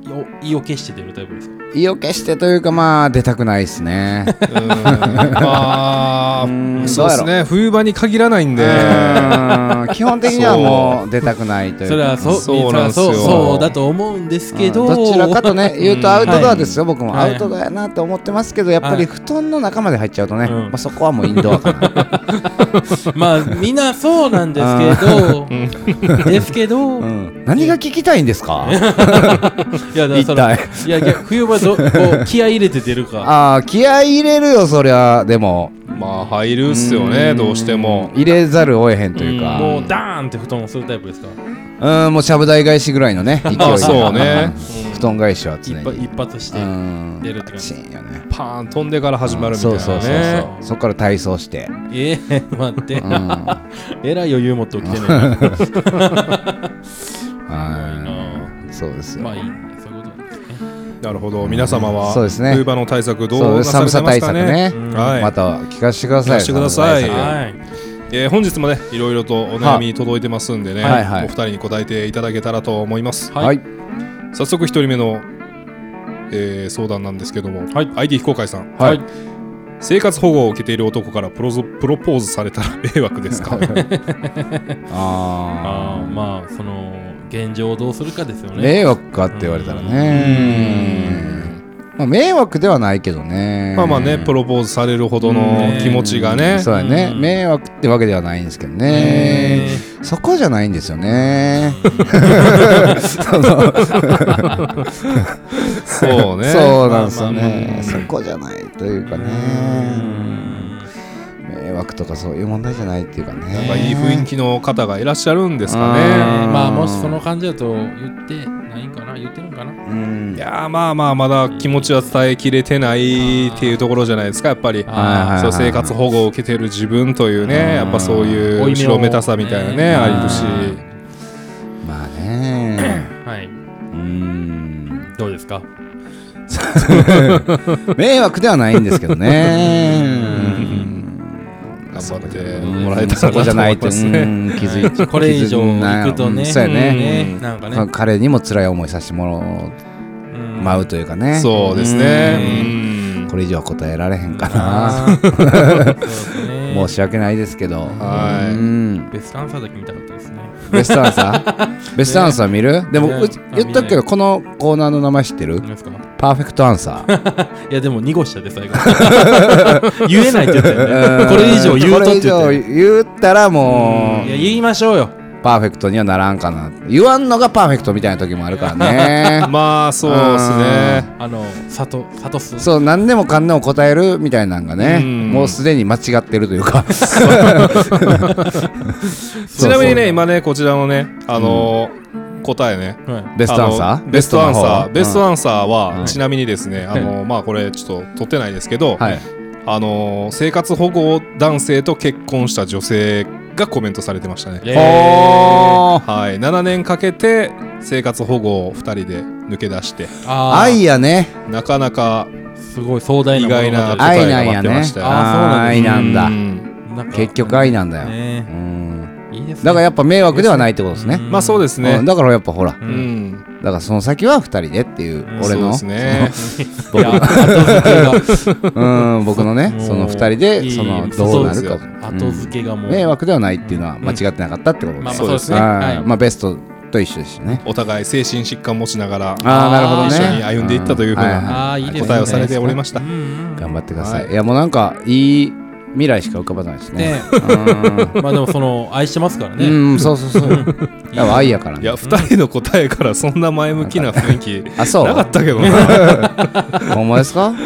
Speaker 2: う、よ意を消して出るタイプですか
Speaker 1: 意を決してというかまあ出たくないです ね
Speaker 3: うん まあ
Speaker 1: ん
Speaker 3: そうですね冬場に限らないん
Speaker 1: う
Speaker 3: で
Speaker 1: ーん基本的にはもう出たくないというか
Speaker 2: それはそ
Speaker 3: そうなんですよ
Speaker 2: そうそうだと思うんですけど、
Speaker 1: うんどちらかとね言うとアウトドアですよ、僕も
Speaker 2: は
Speaker 1: ア
Speaker 2: い
Speaker 1: ウトドアやなと思ってますけどやっぱ
Speaker 2: はい
Speaker 1: り布団の中まで入っちゃうとね、
Speaker 2: うん
Speaker 1: まあ、そこはもうインドア かな
Speaker 2: まあみんなそうなんですけど、ですけど、
Speaker 1: う
Speaker 2: い
Speaker 1: ん何が聞きたいんですか
Speaker 2: やだ
Speaker 1: 一
Speaker 2: から
Speaker 1: 体
Speaker 2: そのいやいや冬場どこう気合い入れて出るか。
Speaker 1: ああ気合い入れるよそりゃでも
Speaker 3: まあ入るっすよねどうしても
Speaker 1: 入れざるを得へんというか
Speaker 3: あ
Speaker 2: もうダーンって布団をするタイプですか。
Speaker 1: うんもうちゃぶ台返しぐらいの ね勢い
Speaker 3: ま
Speaker 1: で
Speaker 3: あそうね
Speaker 1: 布団返しは
Speaker 2: 一
Speaker 1: 常
Speaker 2: 発
Speaker 1: に
Speaker 2: 一発して
Speaker 1: うん
Speaker 2: 出るって感じ
Speaker 1: チーンよね
Speaker 3: パーン飛んでから始まるみたいなね
Speaker 1: そうそうそうそうそっから体操 して、
Speaker 2: えー、 待って、
Speaker 1: うん、は
Speaker 2: えらい余裕持って起きてないな。
Speaker 1: いそうですよ、
Speaker 2: まあいいねそういうことなんですね。
Speaker 3: なるほど皆様は
Speaker 1: そうですね
Speaker 3: 冬場の対策
Speaker 1: そ
Speaker 3: ど
Speaker 1: う
Speaker 3: う
Speaker 1: で
Speaker 3: な
Speaker 1: す
Speaker 3: さ
Speaker 1: 寒
Speaker 3: れて
Speaker 1: さ
Speaker 3: ま
Speaker 1: 対
Speaker 3: すか
Speaker 1: 策
Speaker 3: ね
Speaker 1: ね、
Speaker 3: はい
Speaker 1: また聞かせてください
Speaker 3: 聞かせてくださ
Speaker 1: 寒対
Speaker 3: い
Speaker 1: 策
Speaker 2: はい。
Speaker 3: えー本日もねいろいろとお悩み届いてますんでね、
Speaker 1: はいはい
Speaker 3: お二人に答えていただけたらと思います
Speaker 1: はい、
Speaker 3: 早速一人目の、えー相談なんですけども、
Speaker 2: はい
Speaker 3: ID 非公開さん、
Speaker 1: はい
Speaker 3: 生活保護を受けている男からプロゾプロポーズされたら迷惑で すか
Speaker 1: あ
Speaker 2: ああまあその現状をどうするかですよ
Speaker 1: あ
Speaker 2: ね。
Speaker 1: 迷惑かって言われたら
Speaker 3: うん
Speaker 1: ねまあ迷惑ではないけどね
Speaker 3: まあまあねプロポーズされるほどの気持ちがね
Speaker 1: そうやね
Speaker 2: うん
Speaker 1: 迷惑ってわけではないんですけどねそこじゃないんですよね
Speaker 3: そう ね
Speaker 1: そうなんですよ
Speaker 2: まあまあま
Speaker 1: ね
Speaker 2: あ
Speaker 1: そこじゃないというかね
Speaker 2: うん
Speaker 1: 迷額とかそういう問題じゃないっていうかね
Speaker 3: なんかいい雰囲気の方がいらっしゃるんですか
Speaker 1: う
Speaker 3: ね。
Speaker 1: ん
Speaker 2: まあもしその感じだと言ってないんかな言ってるんかな
Speaker 1: うん
Speaker 3: いやーまあまあまだ気持ちは伝えきれてないっていうところじゃないですかやっぱり
Speaker 2: あ
Speaker 1: はいはいはい
Speaker 3: そう生活保護を受けてる自分というね
Speaker 1: うん
Speaker 3: やっぱそういう
Speaker 2: 負い目を
Speaker 3: 後ろめたさみたいな
Speaker 2: ね
Speaker 3: ねあるし
Speaker 1: まあね
Speaker 2: はい、
Speaker 1: うん
Speaker 2: どうですか
Speaker 1: 迷惑ではないんですけどね
Speaker 3: 頑張って
Speaker 1: うん
Speaker 3: もらえた
Speaker 1: そ
Speaker 3: ら
Speaker 1: こじゃないと
Speaker 3: 思ますね
Speaker 1: うん気づいて
Speaker 2: これ以上行くとね、
Speaker 1: そうやね
Speaker 2: うんなんかね、
Speaker 1: か彼にも辛い思いさせてもらうまうというかね
Speaker 3: そうですね
Speaker 1: うんこれ以上は答えられへんかな
Speaker 2: あーそうです ね
Speaker 1: 申し訳ないですけど
Speaker 3: はい
Speaker 1: うん
Speaker 2: ベストアンサーだけ見たかったですね
Speaker 1: ベストアンサ ーベストアンサー見るでも
Speaker 2: ね
Speaker 1: うち言ったけどこのコーナーの名前知ってる
Speaker 2: 何ですか
Speaker 1: パーフェクトアンサー
Speaker 2: いやでも濁したで最 後言えないって言ったよねこれ以上言うとって言っ
Speaker 1: こ
Speaker 2: た
Speaker 1: れ以
Speaker 2: よ
Speaker 1: 上言ったらも
Speaker 2: いうや言いましょうよ
Speaker 1: パーフェクトにはならんかな言わんのがパーフェクトみたいな時もあるからね
Speaker 3: まあそうですね
Speaker 2: あの里里す
Speaker 1: そう何でもかんでも答えるみたいなんがね
Speaker 3: うん
Speaker 1: もうすでに間違ってるというか
Speaker 3: ちなみにね今ねこちらのねあのー答えね
Speaker 2: はい
Speaker 1: ベストアンサ
Speaker 3: あ
Speaker 1: ー
Speaker 3: のベストアンサーベスト
Speaker 1: ン
Speaker 3: アンサー
Speaker 1: う
Speaker 3: は
Speaker 1: ん
Speaker 3: ちなみにですねあのーまあこれちょっと取ってないですけど
Speaker 1: はい
Speaker 3: あのー生活保護男性と結婚した女性がコメントされてましたね。
Speaker 2: えー
Speaker 1: おー
Speaker 3: はい、7年かけて生活保護を2人で抜け出して
Speaker 2: あー
Speaker 1: 愛やね
Speaker 3: なかなか
Speaker 2: すごい壮大な
Speaker 3: 意外な
Speaker 2: 物語
Speaker 1: 愛
Speaker 3: 答え
Speaker 1: な
Speaker 3: が
Speaker 1: ん
Speaker 3: 待
Speaker 1: や
Speaker 3: ってま
Speaker 1: ね
Speaker 3: したよ。
Speaker 2: あ
Speaker 1: 愛なんだ
Speaker 3: うん
Speaker 2: なんか
Speaker 1: 結局愛なんだよう
Speaker 2: ね
Speaker 1: ん
Speaker 2: いいですね
Speaker 1: だからやっぱ迷惑ではないってことですね
Speaker 3: まあそう
Speaker 2: で
Speaker 3: ですね
Speaker 1: うん。だからやっぱほら
Speaker 2: う
Speaker 3: うん ん、
Speaker 1: だからその先は二人でっていう
Speaker 2: う
Speaker 1: 俺
Speaker 2: ん
Speaker 1: の
Speaker 3: そうですね。
Speaker 2: すいや後付けが
Speaker 1: うん僕の ね
Speaker 2: もう
Speaker 1: その二人で
Speaker 2: いい
Speaker 1: そのどうなるか
Speaker 3: そう
Speaker 1: うん
Speaker 2: 後付けがもう
Speaker 1: 迷惑ではないっていうのは間違ってなかったってこと
Speaker 2: まあまあ
Speaker 1: です
Speaker 2: そうですね
Speaker 1: はい
Speaker 2: はい
Speaker 1: まあベストと一緒ですしね
Speaker 3: お互い精神疾患持ちながら
Speaker 1: ああなるほどね
Speaker 3: 一緒に歩んでいったというふう
Speaker 1: はい
Speaker 3: な
Speaker 1: は
Speaker 2: ああいいですね
Speaker 3: 答えをされておりました。
Speaker 2: うん
Speaker 1: 頑張ってください、、
Speaker 3: はい
Speaker 1: やもうなんかいい未来しか浮かばないですね
Speaker 2: ねまあでもその愛してますから
Speaker 1: う
Speaker 2: ね
Speaker 1: ん、うん、そうそうそうやっぱ愛やから
Speaker 3: い
Speaker 1: ね
Speaker 3: や2人の答えからそんな前向きな雰囲気
Speaker 1: あそう
Speaker 3: なかったけどな
Speaker 1: ほんまですか、うん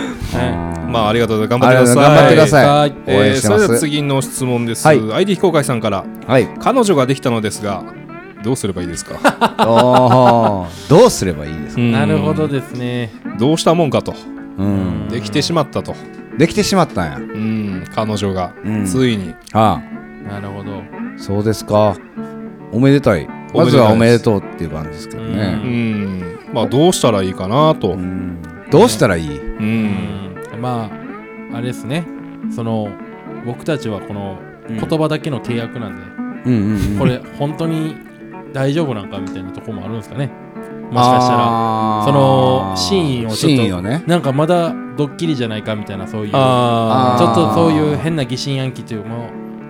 Speaker 3: まあありがとうございます頑張って
Speaker 1: ありがとうございます頑張って
Speaker 3: ください
Speaker 1: ください
Speaker 2: はい
Speaker 1: 応援してます
Speaker 3: えーそれでは次の質問です、
Speaker 1: はい
Speaker 3: ID 非公開さんから
Speaker 1: はい
Speaker 3: 彼女ができたのですがどうすればいいです か
Speaker 1: おーどうすればいいですか、
Speaker 2: なるほど
Speaker 3: で
Speaker 2: ですね
Speaker 3: どうしたもんかと
Speaker 1: うん、
Speaker 3: できてしまったと、
Speaker 1: できてしまったんや
Speaker 3: うん、彼女が、
Speaker 1: うん
Speaker 3: ついに
Speaker 1: あ
Speaker 2: なるほど
Speaker 1: あそうですかおめでたいまずはおめでとうっていう感じですけど
Speaker 3: う
Speaker 1: ね、
Speaker 3: んまあどうしたらいいかなと、う
Speaker 1: うんんどうしたらいい、
Speaker 2: うんまああれですねその僕たちはこの
Speaker 1: うん
Speaker 2: 言葉だけの契約なんで、
Speaker 1: うんうんうん
Speaker 2: これ本当に大丈夫なんかみたいなとこもあるんですかねもしかしたら
Speaker 1: ら
Speaker 2: その真意をちょっと
Speaker 1: 真意をね
Speaker 2: なんかまだドッキリじゃないかみたいなそういうちょ
Speaker 3: あ
Speaker 1: あー
Speaker 2: っとそういう変な疑心暗鬼というも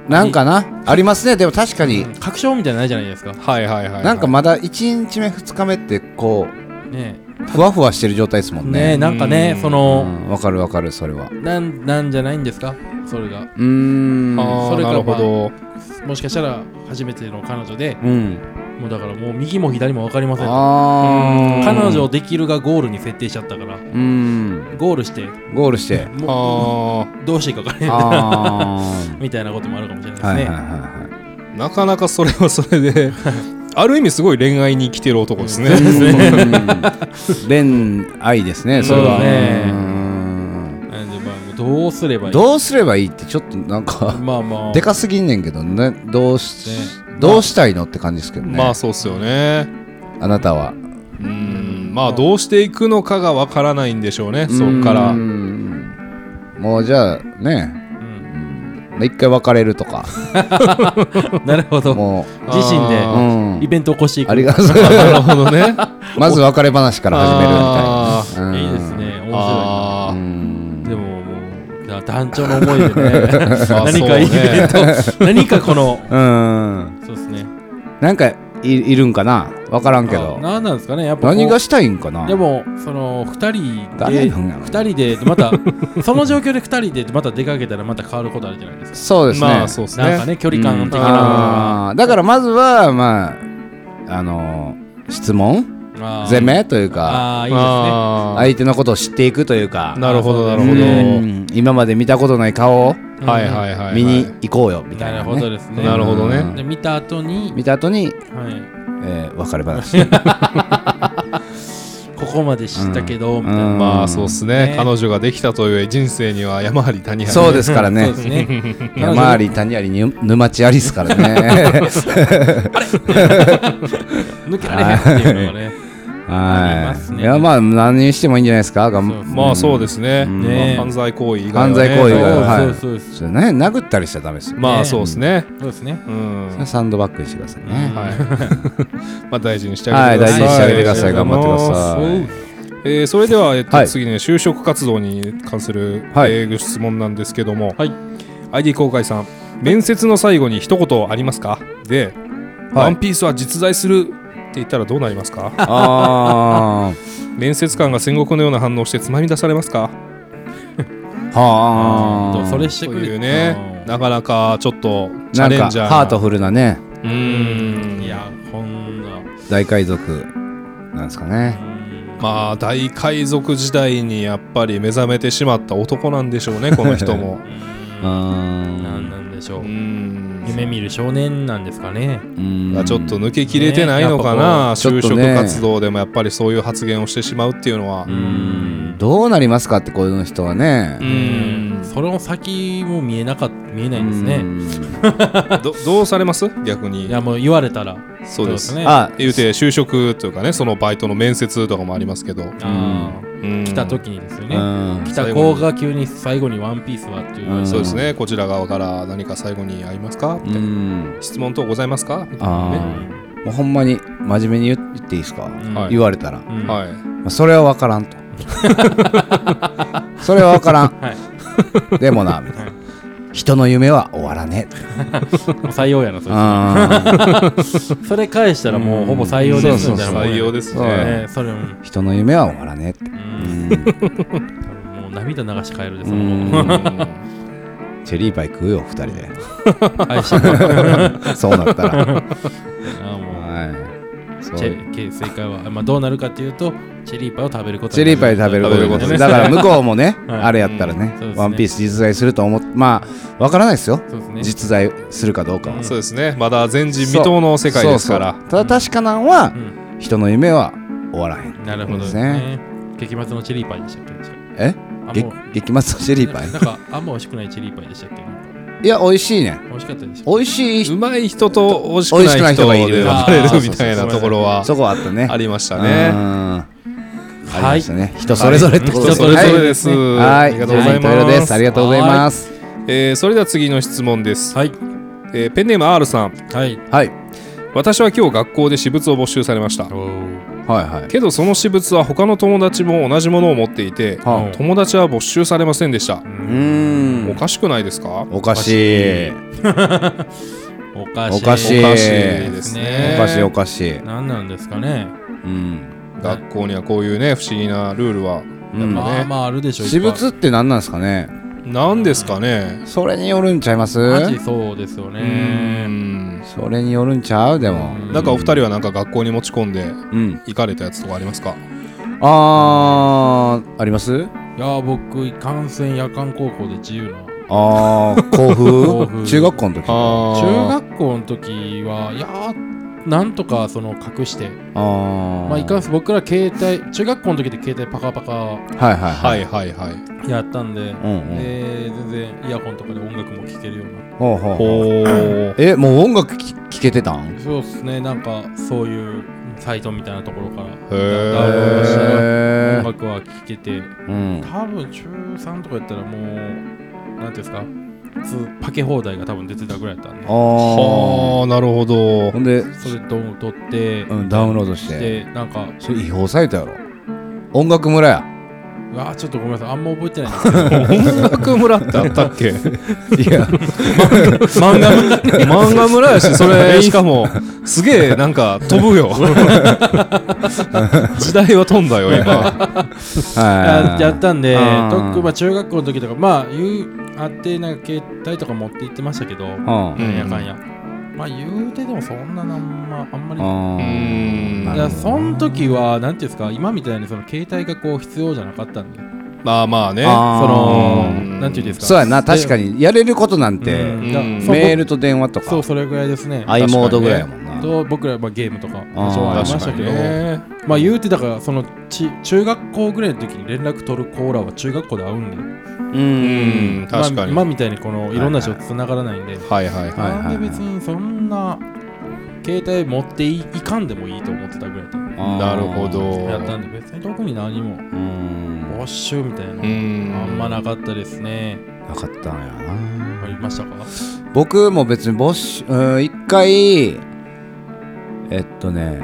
Speaker 1: なんかなありますねでも確か
Speaker 2: う
Speaker 1: に、
Speaker 2: うん確証みたいなのないじゃないですか
Speaker 3: はいはいはい
Speaker 1: なんかまだ1日目2日目ってこう
Speaker 2: ね
Speaker 1: ふわふわしてる状態ですも
Speaker 2: え
Speaker 1: ん
Speaker 2: ねえ
Speaker 1: ね
Speaker 2: なんかね
Speaker 3: うん
Speaker 2: そうの
Speaker 1: んわかるわかるそれは
Speaker 2: なんなんじゃないんですかそれが
Speaker 1: うーん
Speaker 3: あ
Speaker 2: そ
Speaker 3: そ
Speaker 2: れ
Speaker 3: れ
Speaker 2: か
Speaker 3: なるほど、
Speaker 2: もしかしたら初めての彼女で
Speaker 1: うん
Speaker 2: もうだからもう右も左も分かりませんと
Speaker 1: あー
Speaker 2: 彼女をできるがゴールに設定しちゃったから
Speaker 1: うん
Speaker 2: ゴールして
Speaker 1: ゴールして
Speaker 2: も
Speaker 3: あ
Speaker 2: うどうしていいか分からへん
Speaker 1: あ ー
Speaker 2: みたいなこともあるかもしれな
Speaker 1: はいいはい
Speaker 2: です
Speaker 1: はい
Speaker 2: ね。
Speaker 1: は
Speaker 3: ーなかなかそれはそれ である意味すごい恋愛に生きてる男ですね、
Speaker 1: いうん恋愛ですねそれは
Speaker 2: そうね
Speaker 1: うん
Speaker 2: なんでまあどうすればいい
Speaker 1: どうすればいいってちょっとなんか
Speaker 2: まあまあ。
Speaker 1: でかすぎんねんけどねどうし
Speaker 2: ね
Speaker 1: どうしたいのって感じですけどね
Speaker 3: まあそうっすよね
Speaker 1: あなたは
Speaker 3: うんまあどうしていくのかがわからないんでしょうねそっか
Speaker 1: う
Speaker 3: ら
Speaker 1: んもうじゃあね
Speaker 2: うん
Speaker 1: まあ一回別れるとか
Speaker 2: なるほど。
Speaker 1: も
Speaker 2: 自身で
Speaker 1: う、
Speaker 3: あ
Speaker 1: うん
Speaker 2: イ、ベントを起こしていく。
Speaker 1: ありがとう
Speaker 3: なるほどね
Speaker 1: まず別れ話から始めるみ
Speaker 3: あ
Speaker 1: たいなうん
Speaker 2: いいですね。面白
Speaker 3: あ
Speaker 1: う
Speaker 3: ー
Speaker 1: ん
Speaker 2: いな。でももう、だ団長 の思いでね、
Speaker 3: まあ
Speaker 2: 何かいいイ
Speaker 3: そうね
Speaker 2: ベント、何かこの、
Speaker 1: うん
Speaker 2: そうですね。
Speaker 1: なんかいいるんかな分からんけど
Speaker 2: 何なんですかね、やっぱこう。
Speaker 1: 何がしたいんかな
Speaker 2: でも、その、二人
Speaker 1: 誰
Speaker 2: で、
Speaker 1: なんやろ
Speaker 2: 二人で、また、 その状況で二人で、また出かけたら、また変わることあるじゃないですか。
Speaker 1: そうですね,、
Speaker 3: まあそうっすね
Speaker 2: なんかね、距離感的なものが
Speaker 1: あーだからまずはまああのー質問
Speaker 2: あー
Speaker 1: 攻めというか
Speaker 2: ああいいですね
Speaker 3: あー
Speaker 1: 相手のことを知っていくというか
Speaker 3: なるほどなる
Speaker 1: う
Speaker 3: ほど
Speaker 1: ん今まで見たことない顔を
Speaker 2: うん
Speaker 3: はいはいはいはい
Speaker 1: 見に行こうよみたい
Speaker 2: な
Speaker 1: な
Speaker 2: るほど
Speaker 1: ね
Speaker 2: ですね
Speaker 3: なるほどね
Speaker 1: うん
Speaker 2: で見た後に、
Speaker 1: 見た後に
Speaker 2: は
Speaker 1: えー別れ話
Speaker 2: い、ここまで知ったけど、みたい
Speaker 1: うん
Speaker 2: な
Speaker 3: まあそうっすね
Speaker 2: ね
Speaker 3: 彼女ができたという人生には山あり谷あり
Speaker 1: そうですから
Speaker 2: そ
Speaker 1: ね
Speaker 2: うです ね
Speaker 1: 山あり谷ありに沼地ありですからね
Speaker 2: 抜けられへんっていうのがねありま
Speaker 1: は
Speaker 2: す
Speaker 1: い
Speaker 2: ね
Speaker 1: いやまあ何にしてもいいんじゃないですかがん
Speaker 2: そうそう
Speaker 3: まあそうですね
Speaker 1: うん
Speaker 2: ね
Speaker 3: まあ犯罪行為以外は
Speaker 1: 犯
Speaker 3: ね
Speaker 1: 罪行為以外は
Speaker 2: そ
Speaker 1: は
Speaker 2: う
Speaker 1: い
Speaker 2: そうそうです
Speaker 1: それね殴ったりしちゃダメですよ
Speaker 3: まあそうですね
Speaker 2: そうですね
Speaker 3: うん
Speaker 1: それはサンドバッグにしてくださいね
Speaker 3: はいまあ大事にして
Speaker 1: は
Speaker 3: あ
Speaker 1: い
Speaker 3: げて
Speaker 1: 大
Speaker 3: くだ
Speaker 1: 事にして
Speaker 3: さい
Speaker 1: あげてください
Speaker 3: ありが
Speaker 1: 頑
Speaker 3: とう
Speaker 1: 張
Speaker 3: ございます
Speaker 1: ってください
Speaker 3: えーそれでは、えっと
Speaker 1: はい
Speaker 3: 次にね就職活動に関する、
Speaker 1: はい
Speaker 3: えーご質問なんですけども、
Speaker 2: はい
Speaker 3: ID 公開さん面接の最後に一言ありますかで、ワンピースは実在するって言ったらどうなりますか
Speaker 1: あ
Speaker 3: 面接官が戦国のような反応してつまみ出されますか
Speaker 1: あは
Speaker 2: と
Speaker 1: あ
Speaker 2: それして
Speaker 3: と
Speaker 2: くる
Speaker 3: いうねなかなかちょっとチ
Speaker 1: な
Speaker 3: ャ
Speaker 1: ん
Speaker 3: レ
Speaker 1: か
Speaker 3: ンジャーな
Speaker 1: ハートフルなね
Speaker 3: う
Speaker 2: う
Speaker 3: ー
Speaker 2: ん
Speaker 3: ん
Speaker 2: いやこんなう
Speaker 1: 大海賊なんですかね
Speaker 2: ん
Speaker 3: まあ大海賊時代にやっぱり目覚めてしまった男なんでしょうねこの人
Speaker 1: う
Speaker 3: も
Speaker 2: うん
Speaker 1: ー
Speaker 2: なん
Speaker 1: ん
Speaker 2: なんでし
Speaker 3: う
Speaker 2: ょう
Speaker 3: ーん
Speaker 2: 夢見る少年なんですかね
Speaker 1: うん
Speaker 3: がちょっと抜けきれてないのか
Speaker 2: ね
Speaker 3: な、
Speaker 2: や
Speaker 1: っぱこう
Speaker 3: 就
Speaker 1: ちょっと
Speaker 3: 職
Speaker 1: ね
Speaker 3: 活動でもやっぱりそういう発言をしてしまうっていうのは、
Speaker 1: うーんどうなりますかってこういう人はね
Speaker 3: う
Speaker 2: うん
Speaker 3: ん
Speaker 2: それも先も見えなかっ見えないですね
Speaker 1: ね
Speaker 3: どどうされます逆に
Speaker 2: いやもう言われたら
Speaker 3: そうです
Speaker 2: ねあ
Speaker 1: あ
Speaker 3: 言うて就職というかねそのバイトの面接とかもありますけど、
Speaker 2: あー
Speaker 3: うん
Speaker 2: 来た時にですよ
Speaker 1: う
Speaker 2: ね
Speaker 1: ん
Speaker 2: 来た子が急に最後に「ワンピースはっていううん
Speaker 3: そうですねこちら側から何か最後にありますか、
Speaker 1: うん
Speaker 3: 質問等ございますかみたいなね
Speaker 1: あーもうほんまに真面目に言言っていいですか
Speaker 2: うん
Speaker 3: はい
Speaker 1: 言われたら
Speaker 2: うんうん
Speaker 3: はい
Speaker 1: まあそれは分からん とそれは分からん
Speaker 2: は
Speaker 1: でもなみたいな人の夢は終わらねえ
Speaker 2: いもう採用やなそれ
Speaker 1: うん
Speaker 2: それ返したらもうほぼ採用ですみたいなもんや
Speaker 3: 採用です
Speaker 1: そうや
Speaker 3: ね
Speaker 2: ねそれも
Speaker 1: 人の夢は終わらねえって
Speaker 2: うんもう涙流して帰るで
Speaker 1: う
Speaker 2: その
Speaker 1: ん
Speaker 2: ま
Speaker 1: うん
Speaker 3: うん
Speaker 1: チェリーパイ食うよ二人で
Speaker 2: ま愛して る
Speaker 1: そうなったら
Speaker 2: ああもう
Speaker 1: はいそう
Speaker 2: チェけ正解は、まあ、どうなるかっていうとチェリーパイを食べること
Speaker 1: チェリーパイ食べることにな
Speaker 3: 食べること
Speaker 1: る
Speaker 3: ね
Speaker 1: だから向こうもね
Speaker 2: はい
Speaker 1: あれやったらね
Speaker 2: うんそうですね
Speaker 1: ワンピース実在すると思ってまあわからないですよ
Speaker 2: そうですね
Speaker 1: 実在するかどうかは
Speaker 3: そうですねまだ前人未到の世界ですから
Speaker 1: そうそうただ確かなんは
Speaker 2: うん
Speaker 1: 人の夢は終わらへん
Speaker 2: なるほどですね激末のチェリーパイでしたっけじゃ
Speaker 1: え
Speaker 2: ああ
Speaker 1: げ
Speaker 2: もう
Speaker 1: 激マスチェリーパイ
Speaker 2: なんかあんま美味しくないチェリーパイでしたっけなんか
Speaker 1: いや美味しいね
Speaker 2: 美味しかったでしたっ
Speaker 1: 美味しい人
Speaker 3: うまい人と美味しくない人
Speaker 1: 美味しくない人がいる
Speaker 3: で分かれ
Speaker 2: あー
Speaker 3: るみたいなところは
Speaker 1: そこはあったね
Speaker 3: ありました
Speaker 1: う
Speaker 3: ね。
Speaker 1: ん
Speaker 2: け
Speaker 1: ありましたね人それぞれってこと
Speaker 2: 人
Speaker 1: で
Speaker 2: そ
Speaker 1: す
Speaker 2: れ
Speaker 1: ね
Speaker 2: ぞれ
Speaker 1: はい
Speaker 3: です。
Speaker 1: は
Speaker 3: あ
Speaker 1: い
Speaker 3: りがとうござ
Speaker 1: ジャイア
Speaker 3: い
Speaker 1: ントエロで
Speaker 3: ますす。
Speaker 1: ありがとうございます
Speaker 3: えーそれでは次の質問です。
Speaker 2: はい
Speaker 3: えーペンネーム R さん。
Speaker 2: はい
Speaker 1: はい
Speaker 3: 私は今日学校で私物を没収されました。
Speaker 1: はいはい
Speaker 3: けどその私物は他の友達も同じものを持っていて、
Speaker 1: は
Speaker 3: 友達は没収されませんでした。
Speaker 1: うー
Speaker 3: お
Speaker 1: ん
Speaker 3: かしくないですか
Speaker 1: おかしい
Speaker 2: おかしい
Speaker 1: おかしい
Speaker 3: おかしいですね
Speaker 1: おかしいおかしい
Speaker 2: 何なんですかね
Speaker 1: うん
Speaker 3: 学校にはこういうね、不思議なルールは。
Speaker 1: うん
Speaker 2: まあまああるでしょう
Speaker 1: 私物って何なんですかね
Speaker 3: なんですかね。
Speaker 1: それによるんちゃいます
Speaker 2: マジそうですよ
Speaker 3: う
Speaker 2: ね
Speaker 3: ん。
Speaker 1: それによるんちゃうでも
Speaker 2: うん
Speaker 3: なんかお二人はなんか学校に持ち込んで
Speaker 1: うん
Speaker 3: 行かれたやつとかありますか
Speaker 1: あーあります
Speaker 2: いや僕いかんせん夜間高校で自由な
Speaker 1: あー甲
Speaker 2: 甲
Speaker 1: 府
Speaker 2: 府
Speaker 1: 中学校の時あ
Speaker 2: 中
Speaker 3: あ
Speaker 2: 学校の時はいやーなんとかその隠して
Speaker 1: あ
Speaker 2: まあいかんせん僕ら携帯中学校の時で携帯パカパカ
Speaker 1: はいはい
Speaker 3: 中は
Speaker 1: はい
Speaker 3: いはいはい。
Speaker 2: やったんで、
Speaker 1: うんうん
Speaker 2: で全然イヤホンとかで音楽も聴けるような
Speaker 1: ほうほうほう
Speaker 3: ほー。
Speaker 1: えもう音楽き聴けてたん
Speaker 2: そうですねなんかそういうサイトみたいなところから
Speaker 3: ー
Speaker 2: ダウンロードして
Speaker 1: へ
Speaker 2: 音
Speaker 1: ー
Speaker 2: 楽は聴けて
Speaker 1: うん
Speaker 2: 多分中3とかやったらもうなんていうんですかつパケ放題が多分出てたぐらいだったんで
Speaker 1: あー
Speaker 3: はあなるほど
Speaker 1: ほんで
Speaker 2: それどんどん撮って、
Speaker 1: うんダウンロードし
Speaker 2: しててなんか
Speaker 1: それ違法サイトやろ音楽村や
Speaker 2: うわーちょっとごめんなさいあんま覚えてないんです けど
Speaker 3: 音楽村ってあったっけ
Speaker 1: いや
Speaker 2: 漫画村
Speaker 3: 漫画村やしそれしかもすげえなんか飛ぶよ時代は飛んだよ今
Speaker 1: は
Speaker 2: や
Speaker 1: い
Speaker 2: やったんで、
Speaker 1: あー
Speaker 2: 特まあ中学校の時とか、まあ、言うあって、なんか携帯とか持って行ってましたけど、
Speaker 1: うん
Speaker 2: なんやかんや。まあ言うてでもそんななんまあんまり
Speaker 1: あー
Speaker 3: うーん
Speaker 1: な
Speaker 2: だ
Speaker 1: る
Speaker 2: か
Speaker 1: ほ
Speaker 2: ら
Speaker 1: ど
Speaker 2: その時はなんていうんですか今みたいにその携帯がこう必要じゃなかったんで
Speaker 3: まあまあね
Speaker 1: あー
Speaker 2: その
Speaker 3: うん
Speaker 2: なんていうんですか
Speaker 1: そうやな確かにやれることなんて
Speaker 2: うんだ
Speaker 3: うん
Speaker 2: そう
Speaker 1: メールと電話と
Speaker 2: そ
Speaker 1: か
Speaker 2: うそれぐらいですね
Speaker 1: i モードぐらいやもんな
Speaker 2: と僕らはまあゲームとか
Speaker 1: あー
Speaker 2: 多少ありましたけど、
Speaker 3: 確かにね
Speaker 2: まあ言うてだからそのち中学校ぐらいの時に連絡取るコーラは中学校で会うんで
Speaker 1: う
Speaker 3: うん確かに、
Speaker 2: まあ、今みたいにこのいろんな人と繋がらないんで、
Speaker 3: はいはいはい
Speaker 1: はいはいはい
Speaker 2: なんで別にそんな携帯持っていいかんでもいいと思ってたぐらいで
Speaker 3: なるほど
Speaker 2: やったんで別に特に何
Speaker 1: う
Speaker 2: も
Speaker 1: ん
Speaker 2: ウォッシュみたいな、
Speaker 3: うん
Speaker 2: あんまなかったですね
Speaker 1: なかったんやな
Speaker 2: ありましたか
Speaker 1: 僕も別にボッシュうん一回えっとね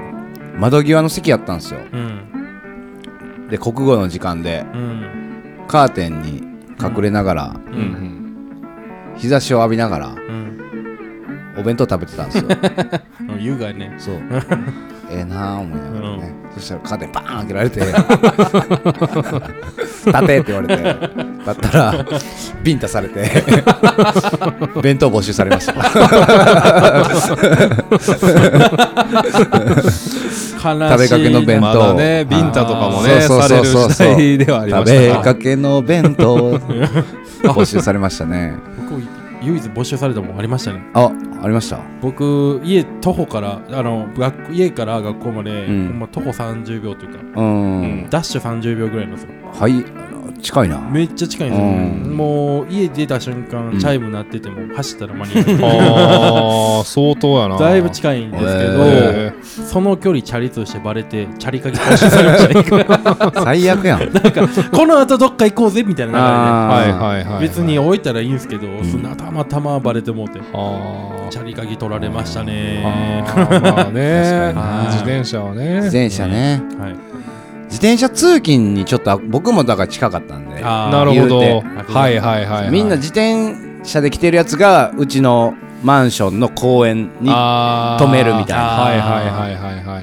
Speaker 1: 窓際の席やったんですよ
Speaker 2: うん
Speaker 1: で国語の時間で
Speaker 2: うん
Speaker 1: カーテンに隠れながら、
Speaker 2: う
Speaker 3: うんん
Speaker 1: 日差しを浴びながら
Speaker 2: うん
Speaker 1: お弁当食べてたんですよ
Speaker 2: うん優雅ね
Speaker 1: そうええなあ思いながらね、そしたらカーテンバーン開けられて 立てって言われてだったらビンタされて弁当募集されました
Speaker 2: 悲しいな
Speaker 1: 食べかけの弁
Speaker 3: ま
Speaker 1: 当
Speaker 3: だねビンタとかもね
Speaker 1: そう
Speaker 3: さ
Speaker 1: そ
Speaker 3: れ
Speaker 1: う
Speaker 3: る
Speaker 1: そうそう
Speaker 3: 時代ではありま
Speaker 1: 食
Speaker 3: した
Speaker 1: べかけの弁当募集されましたね
Speaker 2: 僕唯一募集されたもんありましたね
Speaker 1: あありました
Speaker 2: 僕家徒歩からあの学家から学校まで、
Speaker 1: うん
Speaker 2: ほんま徒歩30秒というか
Speaker 1: うん、
Speaker 3: ん
Speaker 2: ダッシュ30秒ぐらいなんですよ
Speaker 1: はいあの近いな
Speaker 2: めっちゃ近いんですよ、
Speaker 1: うん
Speaker 2: もう家出た瞬間、
Speaker 1: うん
Speaker 2: チャイム鳴ってても走ったら間に 合う
Speaker 3: ああ相当やな
Speaker 2: だいぶ近いんですけ
Speaker 1: へ
Speaker 2: ど、
Speaker 3: えー
Speaker 2: その距離チャリ通してバレてチャリかけ更新されましたね
Speaker 1: 最悪やん
Speaker 2: この後どっか行こうぜみたい
Speaker 1: あ
Speaker 2: な
Speaker 3: は
Speaker 1: ー
Speaker 3: いはいはい
Speaker 2: 流れで、別に置いたらいいんですけど、そんなたまたまバレてもうて
Speaker 3: あ
Speaker 2: チャリ鍵取られましたね
Speaker 3: あーまあね
Speaker 1: 確
Speaker 2: かに
Speaker 3: 自転車はね
Speaker 1: 自転車ね
Speaker 2: はい
Speaker 1: 自転車通勤にちょっとあ僕もだから近かったんで
Speaker 2: あー
Speaker 3: なるほど
Speaker 1: 言う
Speaker 2: て
Speaker 3: はいはいはいはい
Speaker 1: みんな自転車で来てるやつがうちのマンションの公園に
Speaker 3: あー
Speaker 1: 止めるみたいな
Speaker 3: はいはいはいはいはい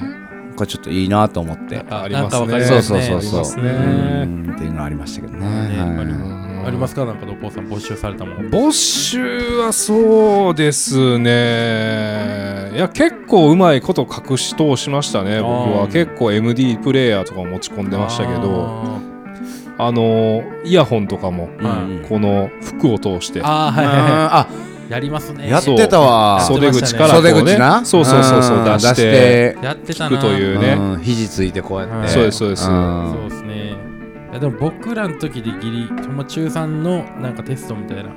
Speaker 1: これちょっといいなと思って
Speaker 2: あ
Speaker 3: あります
Speaker 2: なんか
Speaker 3: ね
Speaker 2: わかり
Speaker 1: そう
Speaker 2: ます
Speaker 1: そう
Speaker 2: ね
Speaker 1: そうそうう
Speaker 3: ありますね
Speaker 1: んっていうのありましたけどね
Speaker 2: ね
Speaker 1: は
Speaker 2: あり
Speaker 1: い
Speaker 2: ありますかなんかどこうさん募集されたもん
Speaker 3: ボッシュはそうですねいや結構うまいこと隠し通しましたね僕
Speaker 2: あ
Speaker 3: は
Speaker 2: ー
Speaker 3: 結構 MD プレイヤーとかも持ち込んでましたけど
Speaker 2: あ
Speaker 3: あのイヤホンとかも
Speaker 1: うんうん
Speaker 3: この服を通して
Speaker 2: ーあーはいはいは
Speaker 1: あ
Speaker 2: いやりますね
Speaker 1: やってたわ
Speaker 2: そう
Speaker 3: 袖口からこうね
Speaker 1: 袖口な
Speaker 3: そうそうそうそうん出して
Speaker 2: やってた
Speaker 3: 聞く
Speaker 2: な
Speaker 3: というね
Speaker 1: うん肘ついてこうやっ
Speaker 2: は
Speaker 1: て
Speaker 2: い
Speaker 3: そうですそうです
Speaker 1: ん
Speaker 2: そうですね。いやでも僕らの時でギリ、ほんま中3のなんかテストみたいな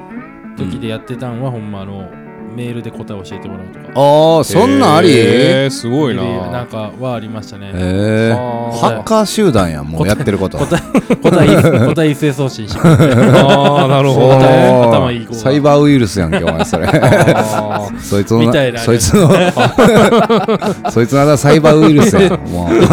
Speaker 2: 時でやってたんは、ほんまあのメールで答え教えてもらうとか。
Speaker 1: ああそんなんあり
Speaker 3: えーすごい
Speaker 2: ギリな
Speaker 3: なん
Speaker 2: かはありましたね。
Speaker 1: えー
Speaker 3: あー
Speaker 1: ハッカー集団やんもうやってる こと
Speaker 2: 答え、答え、答え一斉送信し ますね。
Speaker 3: あーなる ほどね
Speaker 1: おー
Speaker 2: 頭いい子が
Speaker 1: サイバーウイルスやんけお前それ
Speaker 3: あー
Speaker 1: そいつの
Speaker 2: みたいな
Speaker 1: そいつ のそいつのあだ名サイバーウイルス やんもう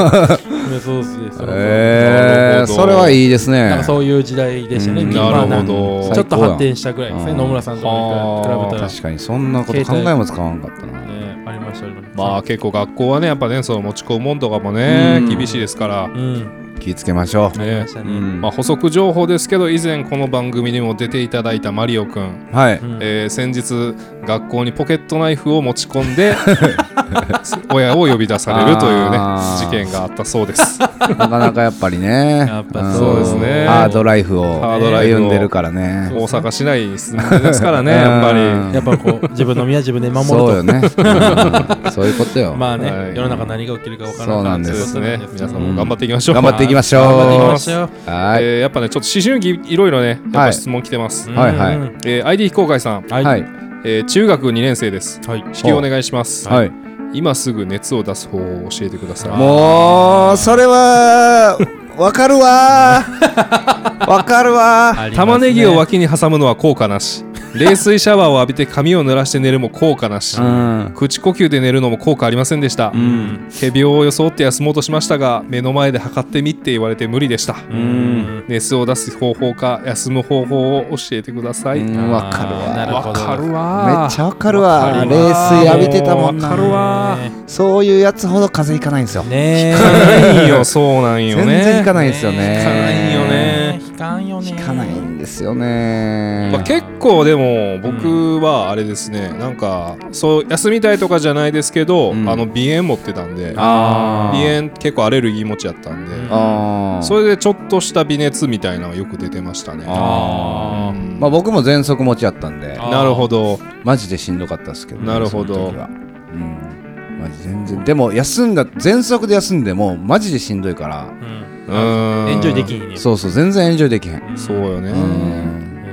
Speaker 2: そうですね。そうそう
Speaker 1: え
Speaker 3: な
Speaker 1: ー、
Speaker 3: るほど
Speaker 1: それはいいです
Speaker 2: なん
Speaker 1: ね
Speaker 2: かそういう時代でしたね。
Speaker 1: うん
Speaker 2: まあ
Speaker 3: なるほど
Speaker 2: ちょっと発展したぐらいですね。
Speaker 1: うん
Speaker 2: 野村さんとかに比べたら。
Speaker 1: 確かにそんなこと考えも使わんかったな
Speaker 2: ね、ありました、ありました。
Speaker 3: まあ結構学校はねやっぱねその持ち込むもんとかもね
Speaker 1: うん
Speaker 3: 厳しいですから
Speaker 2: うん、
Speaker 1: 気ぃつけましょ
Speaker 2: ありました
Speaker 1: う、
Speaker 2: ね。
Speaker 1: うん
Speaker 3: まあ補足情報ですけど以前この番組にも出ていただいたマリオくん
Speaker 1: はい、
Speaker 2: うん
Speaker 3: えー先日学校にポケットナイフを持ち込んで 親を呼び出されるというね
Speaker 1: あー
Speaker 3: 事件があったそうです
Speaker 1: なかなかやっぱりね
Speaker 2: やっぱ
Speaker 1: ん
Speaker 2: そうです
Speaker 3: ね
Speaker 1: ハードライフを
Speaker 3: ハ
Speaker 2: ードライ
Speaker 1: 歩
Speaker 3: フを
Speaker 1: んでるからね
Speaker 3: 大阪市内に住んでますからねやっぱり
Speaker 1: うん
Speaker 2: やっぱこう、自分の身は自分で守ると
Speaker 1: そうよね、う んそういうことよ、
Speaker 2: まあね、
Speaker 3: はい
Speaker 2: 世の中何が起きるか分から
Speaker 1: そうな
Speaker 2: なんい
Speaker 1: で
Speaker 2: というこ
Speaker 1: す
Speaker 2: と
Speaker 3: そうですね皆さんも頑張っていきましょう、
Speaker 1: 頑張っていきましょう
Speaker 2: 頑張っていきましょう。
Speaker 1: は
Speaker 3: え
Speaker 1: い、
Speaker 3: ーやっぱねちょっと思春期いろいろねやっ
Speaker 1: は
Speaker 3: ぱ
Speaker 1: い
Speaker 3: 質問来てます、
Speaker 1: んはいはい
Speaker 2: うん
Speaker 3: えー ID 非公開さん、
Speaker 2: はい。
Speaker 1: は
Speaker 2: はいい。
Speaker 3: えー中学2年生です式をお願いします、
Speaker 1: はい
Speaker 3: 今すぐ熱を出す方法を教えてください
Speaker 1: もうそれ はわかるわーわかるわー
Speaker 2: ありますね
Speaker 3: 玉ねぎを脇に挟むのは効果なし冷水シャワーを浴びて髪を濡らして寝るも効果な
Speaker 1: う
Speaker 3: し、
Speaker 1: ん
Speaker 3: 口呼吸で寝るのも効果ありませんでした、
Speaker 1: うん
Speaker 3: 仮病を装って休もうとしましたが目の前で測ってみって言われて無理でした、
Speaker 1: うん
Speaker 3: 熱を出す方法か休む方法を教えてください、
Speaker 1: うんわかるわ
Speaker 2: あーなるほ
Speaker 3: わ
Speaker 2: ど
Speaker 3: かるわ
Speaker 1: めっちゃわかるわ
Speaker 2: わか
Speaker 1: ー
Speaker 2: る
Speaker 1: 冷
Speaker 2: わ
Speaker 1: 水浴びてたもんな
Speaker 3: わかるわ
Speaker 1: そういうやつほど風邪いかないんですよ、
Speaker 2: ねえ。
Speaker 3: ないよそうなんよね
Speaker 1: 全然いかないんですよね
Speaker 3: いかないよね
Speaker 2: 引かんよね。
Speaker 1: いかないんですよね、
Speaker 3: まあ、結構でも僕はあれですね、なんかそう休みたいとかじゃないですけど、
Speaker 1: うん
Speaker 3: あの鼻炎持ってたんで鼻
Speaker 2: あー
Speaker 3: 炎結構アレルギー持ちやったんで、
Speaker 2: うん
Speaker 1: あー
Speaker 3: それでちょっとした微熱みたいなのがよく出てましたね
Speaker 1: あ
Speaker 3: うん
Speaker 1: まあ、僕も喘息持ちやったんで
Speaker 2: あ
Speaker 3: なるほど
Speaker 1: マジでしんどかったですけどね、
Speaker 3: なるほど
Speaker 1: その時はうんマジ全然でも休んだ喘息で休んでもマジでしんどいから
Speaker 2: うん
Speaker 3: うーん
Speaker 2: エンジョイできひんね
Speaker 1: そうそう全然エンジョイできへん
Speaker 2: ん
Speaker 3: そうよね、
Speaker 1: うん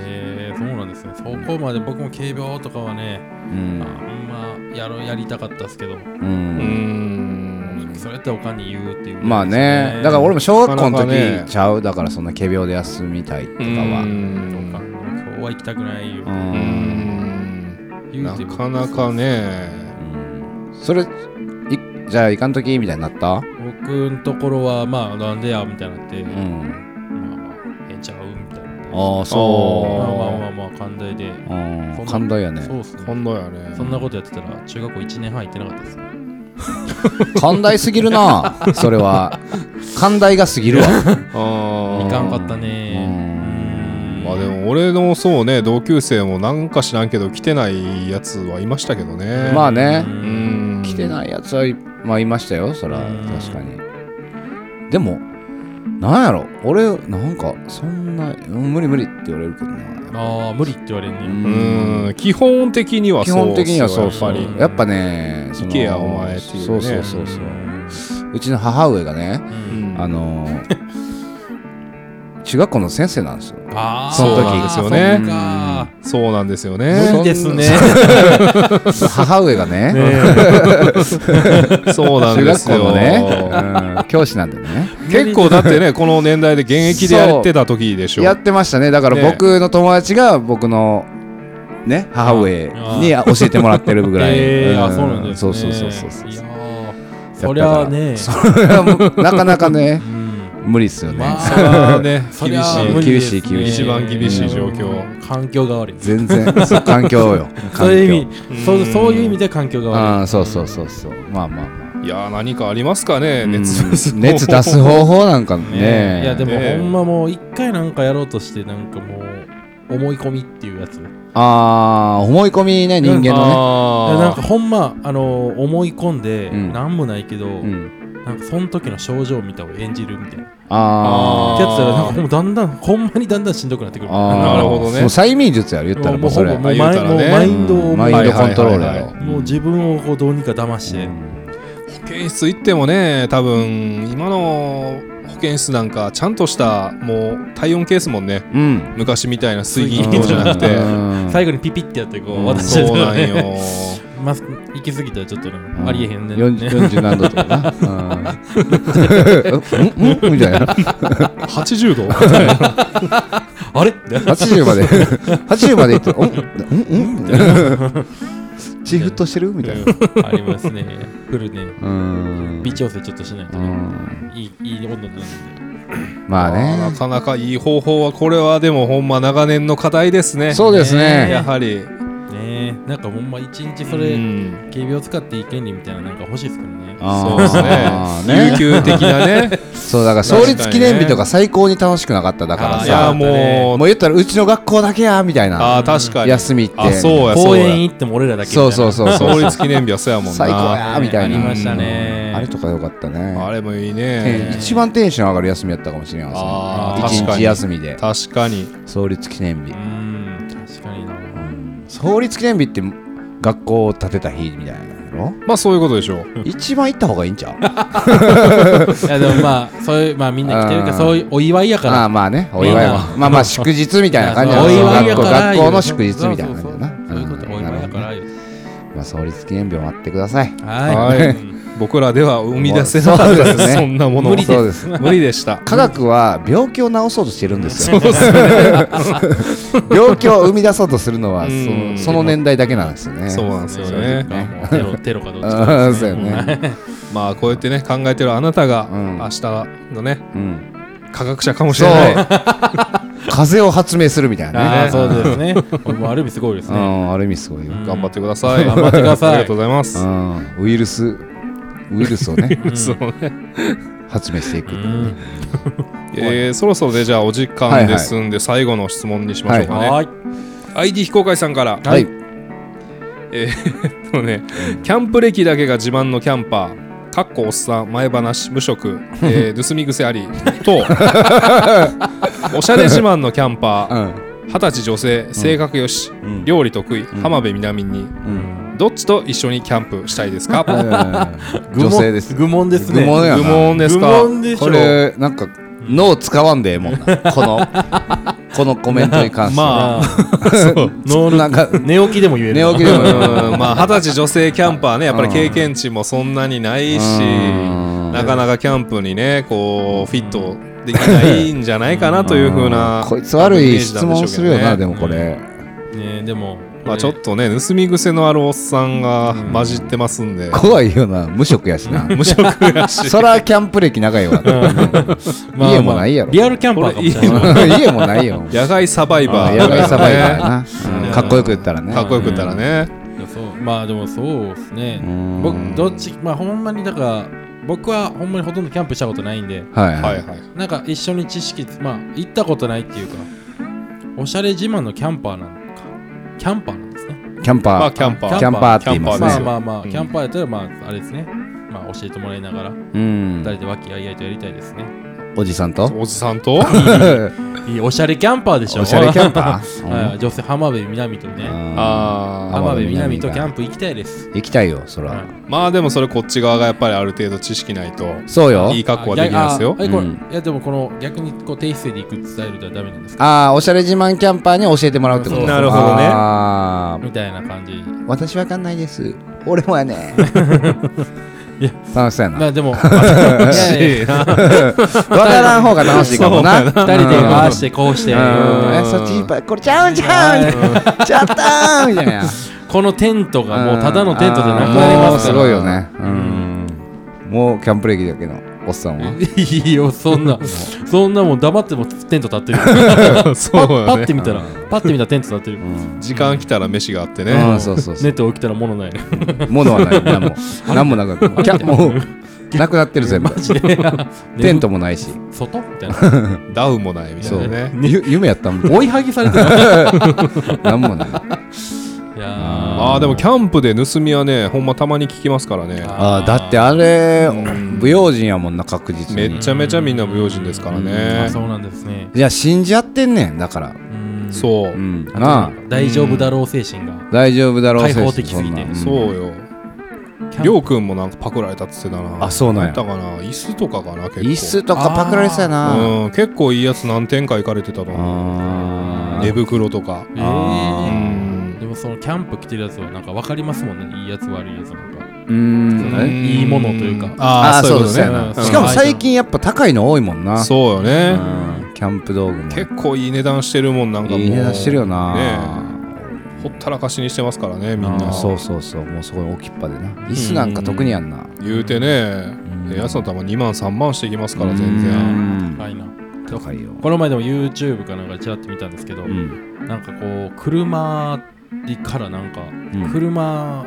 Speaker 2: えー、そうなんですねそこまで僕も軽病とかはね
Speaker 1: うん
Speaker 2: あんまやろやりたかったですけど、
Speaker 1: う
Speaker 3: うんん
Speaker 2: それやったらおかんに言うっていう、
Speaker 1: まあねだから俺も小学校の
Speaker 3: なかなかね
Speaker 1: 時ちゃうだからそんな仮病で休みたいとかは
Speaker 3: う
Speaker 2: そ
Speaker 3: ん
Speaker 2: うか今日は行きたくないよ、
Speaker 1: うん
Speaker 3: うん
Speaker 2: 言
Speaker 3: な
Speaker 2: うて
Speaker 3: かなかね
Speaker 1: うんそれいじゃあいかんときみたいになった
Speaker 2: 僕のところはまあなんでやみたいになって、
Speaker 1: うん
Speaker 2: まあええんちゃうみたい
Speaker 1: あ
Speaker 2: な
Speaker 1: あ
Speaker 2: まあ
Speaker 1: そ
Speaker 2: まあまあまあ寛大で、
Speaker 1: ううん
Speaker 2: そんな
Speaker 1: 寛大やね
Speaker 2: そうっすね
Speaker 3: 今度やね
Speaker 2: そんなことやってたら中学校1年半行ってなかったです
Speaker 1: 寛大すぎるなそれは寛大がすぎるわ
Speaker 3: あ
Speaker 2: 行
Speaker 3: ー
Speaker 2: かんかったね
Speaker 1: うん
Speaker 2: うん
Speaker 3: まあでも俺のそうね同級生もなんか知らんけど来てないやつはいましたけどね
Speaker 1: まあね
Speaker 2: う
Speaker 3: うんん
Speaker 1: 来てないやつはい,、まあ、いましたよそら
Speaker 2: うん
Speaker 1: 確かにでもなんやろ俺なんかそんなうん無理無理って言われるけどな
Speaker 2: ああ無理って言われるね
Speaker 3: うん基本的には
Speaker 1: 基
Speaker 3: そうっす
Speaker 1: 本
Speaker 3: よ
Speaker 1: 的にはそう
Speaker 3: や
Speaker 1: そ
Speaker 3: っ
Speaker 1: う
Speaker 3: ぱり
Speaker 2: り
Speaker 1: やっぱねその
Speaker 3: 行けやお前っていうね
Speaker 1: そうそうそうそううちの母上がね
Speaker 2: う
Speaker 3: うんん
Speaker 1: あのー 中学校の先生なんですよ
Speaker 2: ああ
Speaker 1: その時
Speaker 3: ですよね
Speaker 2: そうか
Speaker 3: そうなんですよ
Speaker 1: そ
Speaker 3: ね
Speaker 1: う
Speaker 2: いいですね
Speaker 1: 母上がね
Speaker 3: そうな
Speaker 1: 中
Speaker 3: んで
Speaker 1: 学
Speaker 3: す
Speaker 1: 校
Speaker 3: よ
Speaker 1: のね、うん教師なんでね
Speaker 3: 結構だってねこの年代で現役でやってた時でしょ
Speaker 1: やってましたねだから
Speaker 3: ね
Speaker 1: 僕の友達が僕のね母上 に教えてもらってるぐらい、
Speaker 2: えーあ
Speaker 1: うん
Speaker 2: そうなんです
Speaker 1: そ
Speaker 2: ね
Speaker 1: うそうそうそうそう
Speaker 2: いやー
Speaker 1: たから
Speaker 2: そりゃあね
Speaker 1: それは もうなかなかね
Speaker 2: うん
Speaker 1: 無理っすよね、
Speaker 2: まあ
Speaker 3: それはね
Speaker 2: そ
Speaker 3: 厳
Speaker 2: りゃあ
Speaker 3: しい
Speaker 2: 無理です
Speaker 1: 厳しい
Speaker 2: ね
Speaker 1: 厳し
Speaker 3: い一番厳しい状況
Speaker 2: うん環境代わり
Speaker 1: 全然そう環境よ
Speaker 2: そういう意味
Speaker 3: 環境
Speaker 2: そううんそういう意味で環境代わ
Speaker 1: あ
Speaker 2: り
Speaker 1: そうそうそうそうまあまあまあ
Speaker 3: いやー何かありますかね、熱
Speaker 1: うん
Speaker 3: 出す
Speaker 1: 熱出す方法なんかね
Speaker 2: ねえいやでも
Speaker 3: ねえ
Speaker 2: ほんまもう一回なんかやろうとしてなんかもう思い込みっていうやつね
Speaker 1: ああ思い込みね人間のね
Speaker 2: いやなん
Speaker 3: あ
Speaker 2: かほんまあの思い込んで
Speaker 1: うん
Speaker 2: なんもないけど
Speaker 1: うん、
Speaker 2: なんかその時の症状みたいを演じるみたいなって
Speaker 1: あ
Speaker 3: あ
Speaker 2: や
Speaker 3: ー
Speaker 2: つだからなんかもうだんだんほんまにだんだんしんどくなってくる
Speaker 1: ーあー
Speaker 3: なるほどね
Speaker 1: もう催眠術やる言ったらも
Speaker 2: も
Speaker 1: う
Speaker 2: う
Speaker 1: そ
Speaker 2: ほ
Speaker 1: れ
Speaker 2: ぼもう
Speaker 3: あ言う
Speaker 2: マ
Speaker 3: た
Speaker 2: イ
Speaker 3: ら
Speaker 2: もう
Speaker 3: ね
Speaker 2: マインドを
Speaker 1: マインドコントロール
Speaker 3: はい
Speaker 1: や
Speaker 3: はい
Speaker 1: ろ
Speaker 3: は
Speaker 2: もう自分をこうどうにか騙して
Speaker 3: ー保健室行ってもね多分今の保健室なんかちゃんとしたもう体温計ですもんね
Speaker 1: うん
Speaker 3: 昔みたいな水
Speaker 2: い
Speaker 3: 銀
Speaker 2: い水
Speaker 3: じゃなくて
Speaker 1: うん
Speaker 2: 最後にピピってやってこ
Speaker 1: うん
Speaker 2: う渡して
Speaker 3: そう
Speaker 2: たら
Speaker 3: なんよ
Speaker 2: ねまあ行き過ぎたらちょっとねありえへんね
Speaker 1: 四十
Speaker 2: ね
Speaker 1: 四十何度とかな。うん。うんうんみたいな。
Speaker 3: 80度
Speaker 2: あれ
Speaker 1: 八十まで 八十までいったらうんうんうん。シフトしてるみたいな。
Speaker 2: ありますねフルね
Speaker 1: うん
Speaker 2: 微。調整ちょっとしないと
Speaker 1: う
Speaker 2: ね
Speaker 1: ん。
Speaker 2: いいいい温度になるん
Speaker 1: まあ
Speaker 3: な
Speaker 1: ね。
Speaker 3: かなかいい方法はこれはでもほんま長年の課題ですね
Speaker 1: そうです
Speaker 2: ね
Speaker 1: ね。
Speaker 3: やはり
Speaker 2: でねえなんかほんま一日そうれ
Speaker 3: ん
Speaker 2: 軽病使っていい権利みたいななんか欲しいですけどね
Speaker 3: そうです
Speaker 1: あー
Speaker 3: ね。
Speaker 1: ね。
Speaker 3: 有給的 なね。
Speaker 1: そうだから創立記念日とか最高に楽しくなかっただから
Speaker 3: あーい
Speaker 1: さ
Speaker 3: や、
Speaker 2: ー
Speaker 3: もう
Speaker 1: もう言ったらうちの学校だけやみたい
Speaker 3: あ
Speaker 1: な
Speaker 3: あ、確かに。
Speaker 1: 休みって。
Speaker 3: あ、そうや、そ
Speaker 2: 公
Speaker 3: う
Speaker 2: 園
Speaker 3: や。
Speaker 2: 行っても俺らだけみたい
Speaker 1: そ
Speaker 2: な
Speaker 1: うそうそうそう。
Speaker 3: 創立記念日はそうやもんな。
Speaker 1: 最高やみたいな。
Speaker 2: ありましたね
Speaker 1: あれとか良かったね。
Speaker 3: あれもいい
Speaker 1: えー
Speaker 3: ね。
Speaker 1: 一番テンション上がる休みやったかもしれない
Speaker 3: あ
Speaker 2: ー
Speaker 1: 一
Speaker 3: 確か
Speaker 1: 日
Speaker 3: に
Speaker 1: 休みで
Speaker 3: 確かに。
Speaker 1: 創立記念日
Speaker 2: う、ん確かにな
Speaker 1: 創立記念日って学校を建てた日みたいなの
Speaker 3: まあそういうことでしょう。
Speaker 1: 一番行った方がいいんちゃう
Speaker 2: いやでもまあそういうまあみんな来てるか
Speaker 1: あー
Speaker 2: らそういうお祝いやから
Speaker 1: ああまあねお祝いはまあまあ祝日みたいな感じ
Speaker 2: そう
Speaker 1: な
Speaker 2: お
Speaker 1: の
Speaker 2: 祝いや
Speaker 1: 学校
Speaker 2: から
Speaker 1: 学校の祝日みたいな
Speaker 2: そうそ
Speaker 1: 感じ
Speaker 2: う
Speaker 1: だな
Speaker 2: そういうことお
Speaker 1: んな
Speaker 2: 祝
Speaker 1: る
Speaker 2: いや
Speaker 1: ほど
Speaker 2: からよ
Speaker 1: ねまあ創立記念日を待ってください
Speaker 2: はい
Speaker 3: はい
Speaker 2: うん
Speaker 3: 僕らでは生み出せなか
Speaker 1: そ
Speaker 3: っ
Speaker 1: う
Speaker 3: た
Speaker 1: で
Speaker 3: で
Speaker 1: ね
Speaker 3: す す。そんなもの
Speaker 1: 無理ですそうです
Speaker 3: 無理でした。
Speaker 1: 科学は病気を治そうとしてるんですよ病気を生み出そうとするのはそ
Speaker 3: うん
Speaker 1: のその年代だけなんですよね
Speaker 3: そうなんですよ
Speaker 2: そう
Speaker 3: ね。
Speaker 2: かもうテロテロかどう
Speaker 1: あー
Speaker 2: かです
Speaker 1: そうよね
Speaker 3: まあこうやってね、考えてるあなたが、
Speaker 1: うん
Speaker 3: 明日のね、
Speaker 1: うん
Speaker 3: 科学者かもし
Speaker 1: そう
Speaker 3: れない。
Speaker 1: 風邪を発明するみたいなね
Speaker 2: ああ そうですねこれもある意味すごいです
Speaker 1: う
Speaker 2: ね
Speaker 1: んある意味すごいよ
Speaker 2: うん
Speaker 3: 頑張ってください。
Speaker 2: 頑張ってください
Speaker 3: ありがとうございます。
Speaker 1: うんウイルスウイルスをね
Speaker 3: そうね。
Speaker 1: 発明していく
Speaker 2: うん
Speaker 3: えーそろそろでじゃあお時間ですんで、最後の質問にしましょうかね、
Speaker 2: はーい
Speaker 3: ID 非公開さんから、
Speaker 1: はい
Speaker 3: えーっとね、キャンプ歴だけが自慢のキャンパー、かっこおっさん、前話、無職、えー盗み癖あり、と、おしゃれ自慢のキャンパー、二十歳女性、性格よし、
Speaker 1: うん
Speaker 3: 料理得意、浜辺美波に、
Speaker 1: うん
Speaker 3: どっちと一緒にキャンプしたいですか
Speaker 4: 愚問
Speaker 1: 女性です
Speaker 4: 愚問ですね。
Speaker 1: 愚問や
Speaker 3: 愚問ですか
Speaker 4: 愚問でしょ。
Speaker 1: これなんか脳使わんでええもんなこのこのコメントに関して
Speaker 4: ま
Speaker 1: は
Speaker 4: あ、
Speaker 1: そうなんか
Speaker 4: 寝起きでも言える
Speaker 1: 寝
Speaker 4: な。
Speaker 1: 起き でも
Speaker 3: うんまあ二十歳女性キャンパーねやっぱり経験値もそんなにないし
Speaker 1: うん
Speaker 3: なかなかキャンプにねこうフィットできないんじゃないかなというふうな
Speaker 1: こいつ悪
Speaker 3: イメ
Speaker 1: い
Speaker 3: ージ
Speaker 1: 質
Speaker 3: なんでしょう
Speaker 1: 問
Speaker 3: け
Speaker 1: す
Speaker 3: ど
Speaker 1: る
Speaker 3: ね
Speaker 1: よなでもこれ
Speaker 2: ねでも、
Speaker 3: まあちょっ
Speaker 2: と。
Speaker 3: とね盗み癖のあるおっさんが混じってますんで
Speaker 1: 怖いよな無職やしな
Speaker 3: 無職やし
Speaker 1: そらキャンプ歴長いわ
Speaker 2: まあ
Speaker 1: 家もないやろ
Speaker 2: リアルキャンパーかもしれな い。
Speaker 1: 家もないよ
Speaker 3: 野外サバイバー
Speaker 1: 野外サバイバー
Speaker 3: ね
Speaker 1: やなうんかっこよく言ったらね
Speaker 3: かっこよく言ったらね
Speaker 2: そうまあでもそうですね
Speaker 1: うん
Speaker 2: 僕どっちまあほんまにだから僕はほんまにほとんどキャンプしたことないんで
Speaker 1: はい
Speaker 3: は
Speaker 1: はいい
Speaker 3: はい
Speaker 2: なんか一緒に知識まあ行ったことないっていうかおしゃれ自慢のキャンパーなんかキャンパーなんですね
Speaker 1: キャンパ
Speaker 3: まあ
Speaker 1: ー
Speaker 3: キャンパー
Speaker 1: キャンパーって言います
Speaker 3: キャンパーで
Speaker 1: ね
Speaker 2: まあ
Speaker 3: すよ
Speaker 2: まあまあ
Speaker 3: うん
Speaker 2: キャンパーやったらまああれですねまあ教えてもらいながら
Speaker 1: うん
Speaker 2: 二人で和気あいあいとやりたいですね
Speaker 1: おじさんと
Speaker 3: おじさん と
Speaker 2: いいおしゃれキャンパーでしょ
Speaker 1: おしゃれキャン パ
Speaker 2: は
Speaker 1: ー
Speaker 2: い女性浜辺美波とね
Speaker 1: あ
Speaker 3: あー
Speaker 2: 浜辺美波
Speaker 1: 浜辺美波
Speaker 2: と
Speaker 1: が
Speaker 2: キャンプ行きたいです
Speaker 1: ー行きたいよそ
Speaker 2: は
Speaker 1: ら
Speaker 2: い
Speaker 3: まあでもそれこっち側がやっぱりある程度知識ないと
Speaker 1: そうよ
Speaker 3: いい格好はできないですよ
Speaker 2: ああえこれ
Speaker 1: うん
Speaker 2: いやでもこの逆にこう低姿勢で行くスタイルではダメなんですか
Speaker 1: ああおしゃれ自慢キャンパーに教えてもらうってこと
Speaker 3: なるほどね
Speaker 1: あー
Speaker 2: みたいな感じ
Speaker 1: 私わかんないです俺もや ね楽しそうやな
Speaker 2: ま
Speaker 1: わ
Speaker 2: あでも楽
Speaker 3: しいな
Speaker 1: からん方が楽しいかもな二
Speaker 3: そう
Speaker 2: 二人で回してこうして
Speaker 1: うん
Speaker 3: ん
Speaker 1: えそっちいっぱいこれちゃうんちゃうんちゃったーみたい な
Speaker 2: このテントがもうただのテントでなく
Speaker 1: も
Speaker 2: なり
Speaker 1: う
Speaker 2: ますすか
Speaker 1: ごい
Speaker 2: ら
Speaker 1: よねうんもうキャンプ歴だけのおっさんは
Speaker 2: いいよそんなそんなもん黙ってもテント立ってる
Speaker 3: そ
Speaker 2: パ
Speaker 3: う
Speaker 2: ッ
Speaker 3: だ
Speaker 2: パ
Speaker 3: ね
Speaker 2: ッて見たらパッて見たらテント立ってる
Speaker 3: 時間来たら飯があってね、
Speaker 1: うんそうそうそ
Speaker 2: 寝
Speaker 1: う
Speaker 2: て起きたら物ないね
Speaker 1: 物はない何も何もなかったキャンもうなくなってる全部テントもないし
Speaker 2: 外みたいな
Speaker 3: ダウンもないみたいなね
Speaker 1: ゆ夢やったもん
Speaker 2: 追いはぎされてるい
Speaker 1: 何もない
Speaker 2: や
Speaker 3: ああでもキャンプで盗みはねほんまたまに聞きますからね
Speaker 1: あーだってあれ不用心やもんな確実
Speaker 3: め
Speaker 1: に
Speaker 3: ちゃめちゃみんな不用心ですから
Speaker 2: ーあ
Speaker 3: ね
Speaker 2: そうなんですね
Speaker 1: いや信じ合ってんねんだから
Speaker 2: うん
Speaker 3: そう、
Speaker 1: うんなあ
Speaker 2: 大丈夫だろう精神が
Speaker 1: 大丈夫だろう
Speaker 2: 開放
Speaker 1: 精神
Speaker 2: 的すぎて
Speaker 1: そんな
Speaker 3: そうよ
Speaker 2: キャン
Speaker 3: りょうくんもなんかパクられたっつってたな
Speaker 1: あそうなんや
Speaker 3: だから椅子とかかな結構
Speaker 1: 椅子とかパクられそうやな
Speaker 3: うん結構いいやつ何点か行かれてたと思
Speaker 1: あ
Speaker 3: う寝袋とか
Speaker 2: え
Speaker 1: あー
Speaker 2: ー
Speaker 3: うん
Speaker 2: でもそのキャンプ着てるやつはなんか分かりますもんねいいやつ悪いやつなんか
Speaker 1: ーうーん
Speaker 2: いいものというか
Speaker 1: あ
Speaker 3: ああ
Speaker 1: ー
Speaker 3: そういうこ
Speaker 1: そうそう
Speaker 3: と
Speaker 1: や
Speaker 3: ね
Speaker 1: な
Speaker 2: うん
Speaker 1: しかも最近やっぱ高いの多いもんな
Speaker 3: そうよ
Speaker 1: う
Speaker 3: ね
Speaker 1: んキャンプ道具も
Speaker 3: 結構いい値段してるもんなんかもう
Speaker 1: いい値段してるよな
Speaker 3: ねえほったらかしにしてますからねみん
Speaker 1: あー
Speaker 3: な
Speaker 1: そうそうそうもうそこに置きっぱでな椅子なんか特にやんな
Speaker 3: 言うてね
Speaker 1: うん
Speaker 3: 安の玉2万3万してきますから
Speaker 1: う
Speaker 3: 全然
Speaker 1: ん
Speaker 2: 高いな
Speaker 1: 高いよ
Speaker 2: この前でも YouTube かなんかちらっと見たんですけど、
Speaker 1: うん
Speaker 2: なんかこう車からなんか、
Speaker 1: ん
Speaker 2: 車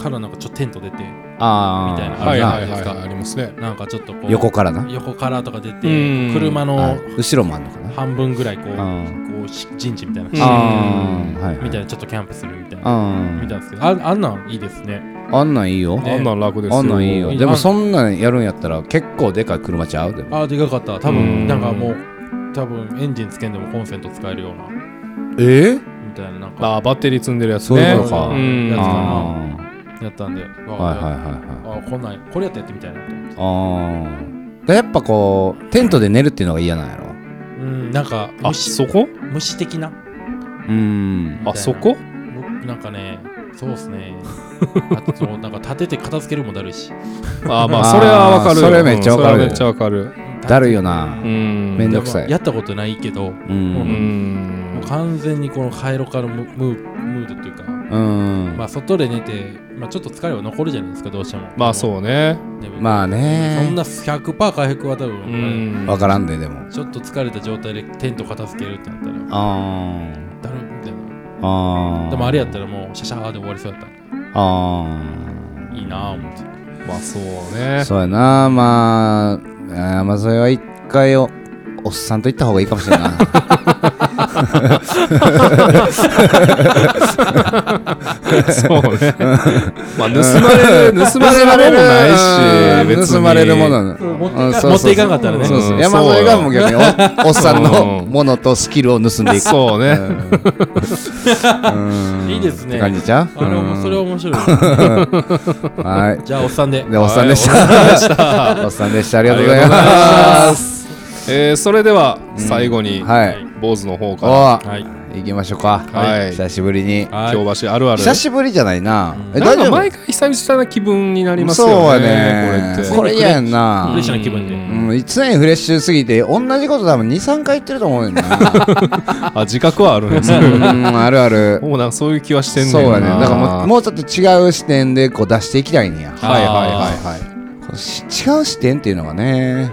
Speaker 2: からなんかちょっとテント出て
Speaker 1: ああ
Speaker 2: みたいな
Speaker 3: はい
Speaker 2: あ
Speaker 3: はいは
Speaker 2: る
Speaker 3: い
Speaker 2: じゃないです
Speaker 3: はい
Speaker 2: か
Speaker 3: ありますね
Speaker 2: なんかちょっとこう
Speaker 1: 横からな
Speaker 2: 横からとか出て
Speaker 3: うん
Speaker 2: 車
Speaker 1: あ
Speaker 2: の
Speaker 1: 後ろもあんのかな
Speaker 2: 半分ぐらいこう
Speaker 1: あ
Speaker 2: こうし陣地みたいな、
Speaker 3: うん
Speaker 1: あーはいはい
Speaker 2: みたいなちょっとキャンプするみたいな、
Speaker 1: あ
Speaker 2: みたいなんですけどああんなんいいですね
Speaker 1: ああんなんいいよ
Speaker 2: ね
Speaker 3: あんなん楽ですよ
Speaker 1: あんなんいいよ
Speaker 2: いい
Speaker 1: で
Speaker 2: あ
Speaker 1: も
Speaker 2: ん
Speaker 1: そんなんやるんやったら結構でかい車ちゃうでも
Speaker 2: あーでかかった多
Speaker 3: うん
Speaker 2: 分なんかもう多分エンジンつけんでもコンセント使えるようなみ
Speaker 1: え
Speaker 2: たいななんか
Speaker 3: あーバッテリー積んでるやつ
Speaker 1: そうい
Speaker 3: ね
Speaker 1: うことか
Speaker 3: うん
Speaker 2: やつか
Speaker 1: あ
Speaker 2: やったんで、はい
Speaker 1: あはいはいはいはい
Speaker 2: あこんなんこれやってやってみたいなと思って
Speaker 1: ああやっぱこうテントで寝るっていうのが嫌なんやろ
Speaker 2: うんなんか
Speaker 3: あ
Speaker 2: 虫
Speaker 3: そこ
Speaker 2: 虫的な
Speaker 1: うん
Speaker 3: あそこ
Speaker 2: 僕なんかねそうっすねあとそのなんか立てて片付けるもだるいし
Speaker 3: あーま
Speaker 1: あー
Speaker 3: あそれはわかるよ
Speaker 1: それめっちゃわかる
Speaker 3: うんそれはめっちゃわかる
Speaker 1: だるいよな
Speaker 3: う
Speaker 1: めん
Speaker 3: ん
Speaker 1: どくさい
Speaker 2: でもやったことないけども
Speaker 1: う
Speaker 3: うんん
Speaker 2: う完全にこのカエロ化のムムームードっていうか
Speaker 1: うん
Speaker 2: まあ外で寝て、まあ、ちょっと疲れは残るじゃないですかどうしても
Speaker 3: まあそうね
Speaker 2: 眠く
Speaker 1: まあね
Speaker 2: そんな100%回復は多分、
Speaker 3: うん
Speaker 1: わからんででも
Speaker 2: ちょっと疲れた状態でテント片付けるってなったら
Speaker 1: あ
Speaker 2: だるみたいな
Speaker 1: あああ
Speaker 2: でもあれやっ
Speaker 1: ら
Speaker 2: たらもうシャシャーで終わりそうやったん
Speaker 1: あ
Speaker 2: でいいなぁ思って
Speaker 3: まあそうね
Speaker 1: あそうやなまああーまあそれはいい替えをおっさんと言った方がいいかもしれんない
Speaker 3: そうね。ま あ、盗まれる、盗まれるものもないし、別に。
Speaker 1: 盗まれるものな
Speaker 2: 持っていか
Speaker 1: うんそうそうそう
Speaker 2: 持っていかんかったらね
Speaker 1: そうそううんいやまあ
Speaker 3: そう
Speaker 1: そ
Speaker 3: よ
Speaker 1: れがもう逆におおっさんの
Speaker 3: うん
Speaker 1: ものとスキルを盗んでい く
Speaker 3: そうね。
Speaker 1: うん
Speaker 2: いいです
Speaker 1: っ
Speaker 2: ね
Speaker 1: て感じちゃう
Speaker 2: あれ
Speaker 1: うん
Speaker 2: もそれは面白い。
Speaker 1: はい
Speaker 2: じゃあ、おっさんで。
Speaker 1: でおっさんでし
Speaker 3: はいおっさんでした
Speaker 1: たおっさんでしたあり
Speaker 3: あ
Speaker 1: がと
Speaker 3: り
Speaker 1: うござ
Speaker 3: が
Speaker 1: い
Speaker 3: とうござい
Speaker 1: ま
Speaker 3: ます。えーそれでは最後に
Speaker 1: すはい
Speaker 3: 坊主の方
Speaker 1: お
Speaker 3: か
Speaker 2: はい。
Speaker 1: 行きましょうか
Speaker 3: はい
Speaker 1: 久しぶりに
Speaker 3: ら
Speaker 2: はい。
Speaker 3: 京橋あるある
Speaker 1: 久しぶりじゃないなえ
Speaker 3: な
Speaker 1: 大
Speaker 3: んか
Speaker 1: 丈夫
Speaker 3: 毎回久々な気分になりますよね
Speaker 1: そうやね
Speaker 3: これって
Speaker 1: これ嫌やんな
Speaker 2: フレッシュな気分で。
Speaker 1: うん、1年フレッシュすぎて同じこと多分23回言ってると思 うよな
Speaker 3: あ自覚はあるんです
Speaker 1: う
Speaker 3: ね
Speaker 1: んあるある
Speaker 3: もうなんかそういう気はしてんねん
Speaker 1: そうやねだからもう
Speaker 3: う
Speaker 1: もうちょっと違う視点でこう出していきたいんや
Speaker 3: はいはいはいはい
Speaker 1: こうし違う視点っていうのがね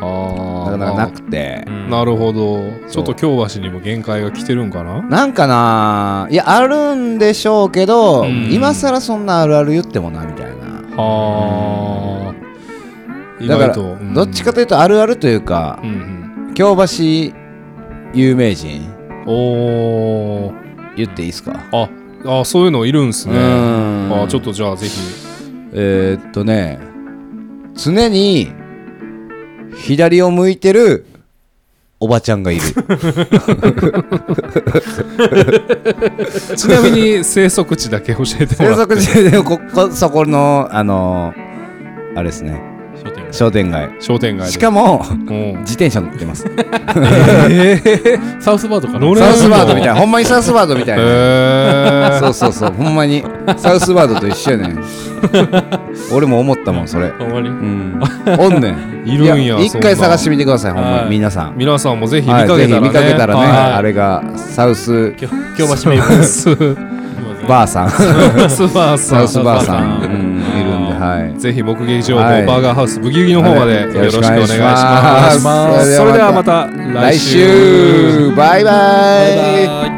Speaker 2: うん
Speaker 3: あ
Speaker 1: な
Speaker 3: ー
Speaker 1: かなかなくて
Speaker 2: うん
Speaker 3: なるほどちょっと京橋にも限界が来てるんかな
Speaker 1: なんかないやあるんでしょうけど
Speaker 3: うん
Speaker 1: 今更そんなあるある言ってもなみたいな
Speaker 3: はあ意
Speaker 1: だから
Speaker 3: 外とうん
Speaker 1: どっちかというとあるあるというか
Speaker 3: うん
Speaker 1: 京橋有名人
Speaker 3: うんおー
Speaker 1: 言っていいですか
Speaker 3: ああそういうのいるんすね
Speaker 1: うん
Speaker 3: あちょっとじゃあぜ ひ
Speaker 1: えーっとね常に左を向いてるおばちゃん がいる
Speaker 3: ちなみに生息地だけ教えても
Speaker 1: 生
Speaker 3: らって
Speaker 1: 息地でここそこのあのーあれですね
Speaker 2: 商店街
Speaker 1: 商店街
Speaker 3: 商店街で
Speaker 1: しかも
Speaker 3: うん
Speaker 1: 自転車乗ってます
Speaker 2: サウスバードかな
Speaker 3: 乗れ
Speaker 1: サ
Speaker 3: る
Speaker 1: ウスバードみたい
Speaker 3: な
Speaker 1: なほんまにサウスバードみたいな
Speaker 3: へー
Speaker 1: そうそうそうほんまにサウスバードと一緒やねん 俺も思ったもんそれ
Speaker 2: ほんまに。
Speaker 1: うんおんねん
Speaker 3: いるんや
Speaker 1: や
Speaker 3: そんな
Speaker 1: 一回探してみてくださいほんま
Speaker 2: は
Speaker 1: に
Speaker 2: い
Speaker 1: 皆さん
Speaker 3: 皆さんもぜひ見
Speaker 1: はい
Speaker 3: か
Speaker 1: ぜ
Speaker 3: け
Speaker 1: ひ
Speaker 3: たらね
Speaker 1: 見かけたらね
Speaker 3: はい
Speaker 1: あれがサウス
Speaker 2: 京橋名
Speaker 3: サウ
Speaker 2: 物。
Speaker 3: ス
Speaker 1: バーさん
Speaker 3: サウスバ
Speaker 1: サ
Speaker 3: ーさ
Speaker 1: ウスバーさん、
Speaker 2: サウスバーさん
Speaker 1: うん、いるんで、はい。
Speaker 3: んぜひ目撃情報バ
Speaker 1: はい
Speaker 3: ーガーハウスブギウギの方までよろしくお願いします
Speaker 1: す
Speaker 3: それではまた
Speaker 1: 来
Speaker 3: 来週
Speaker 1: 週バイバイ
Speaker 2: バイバイ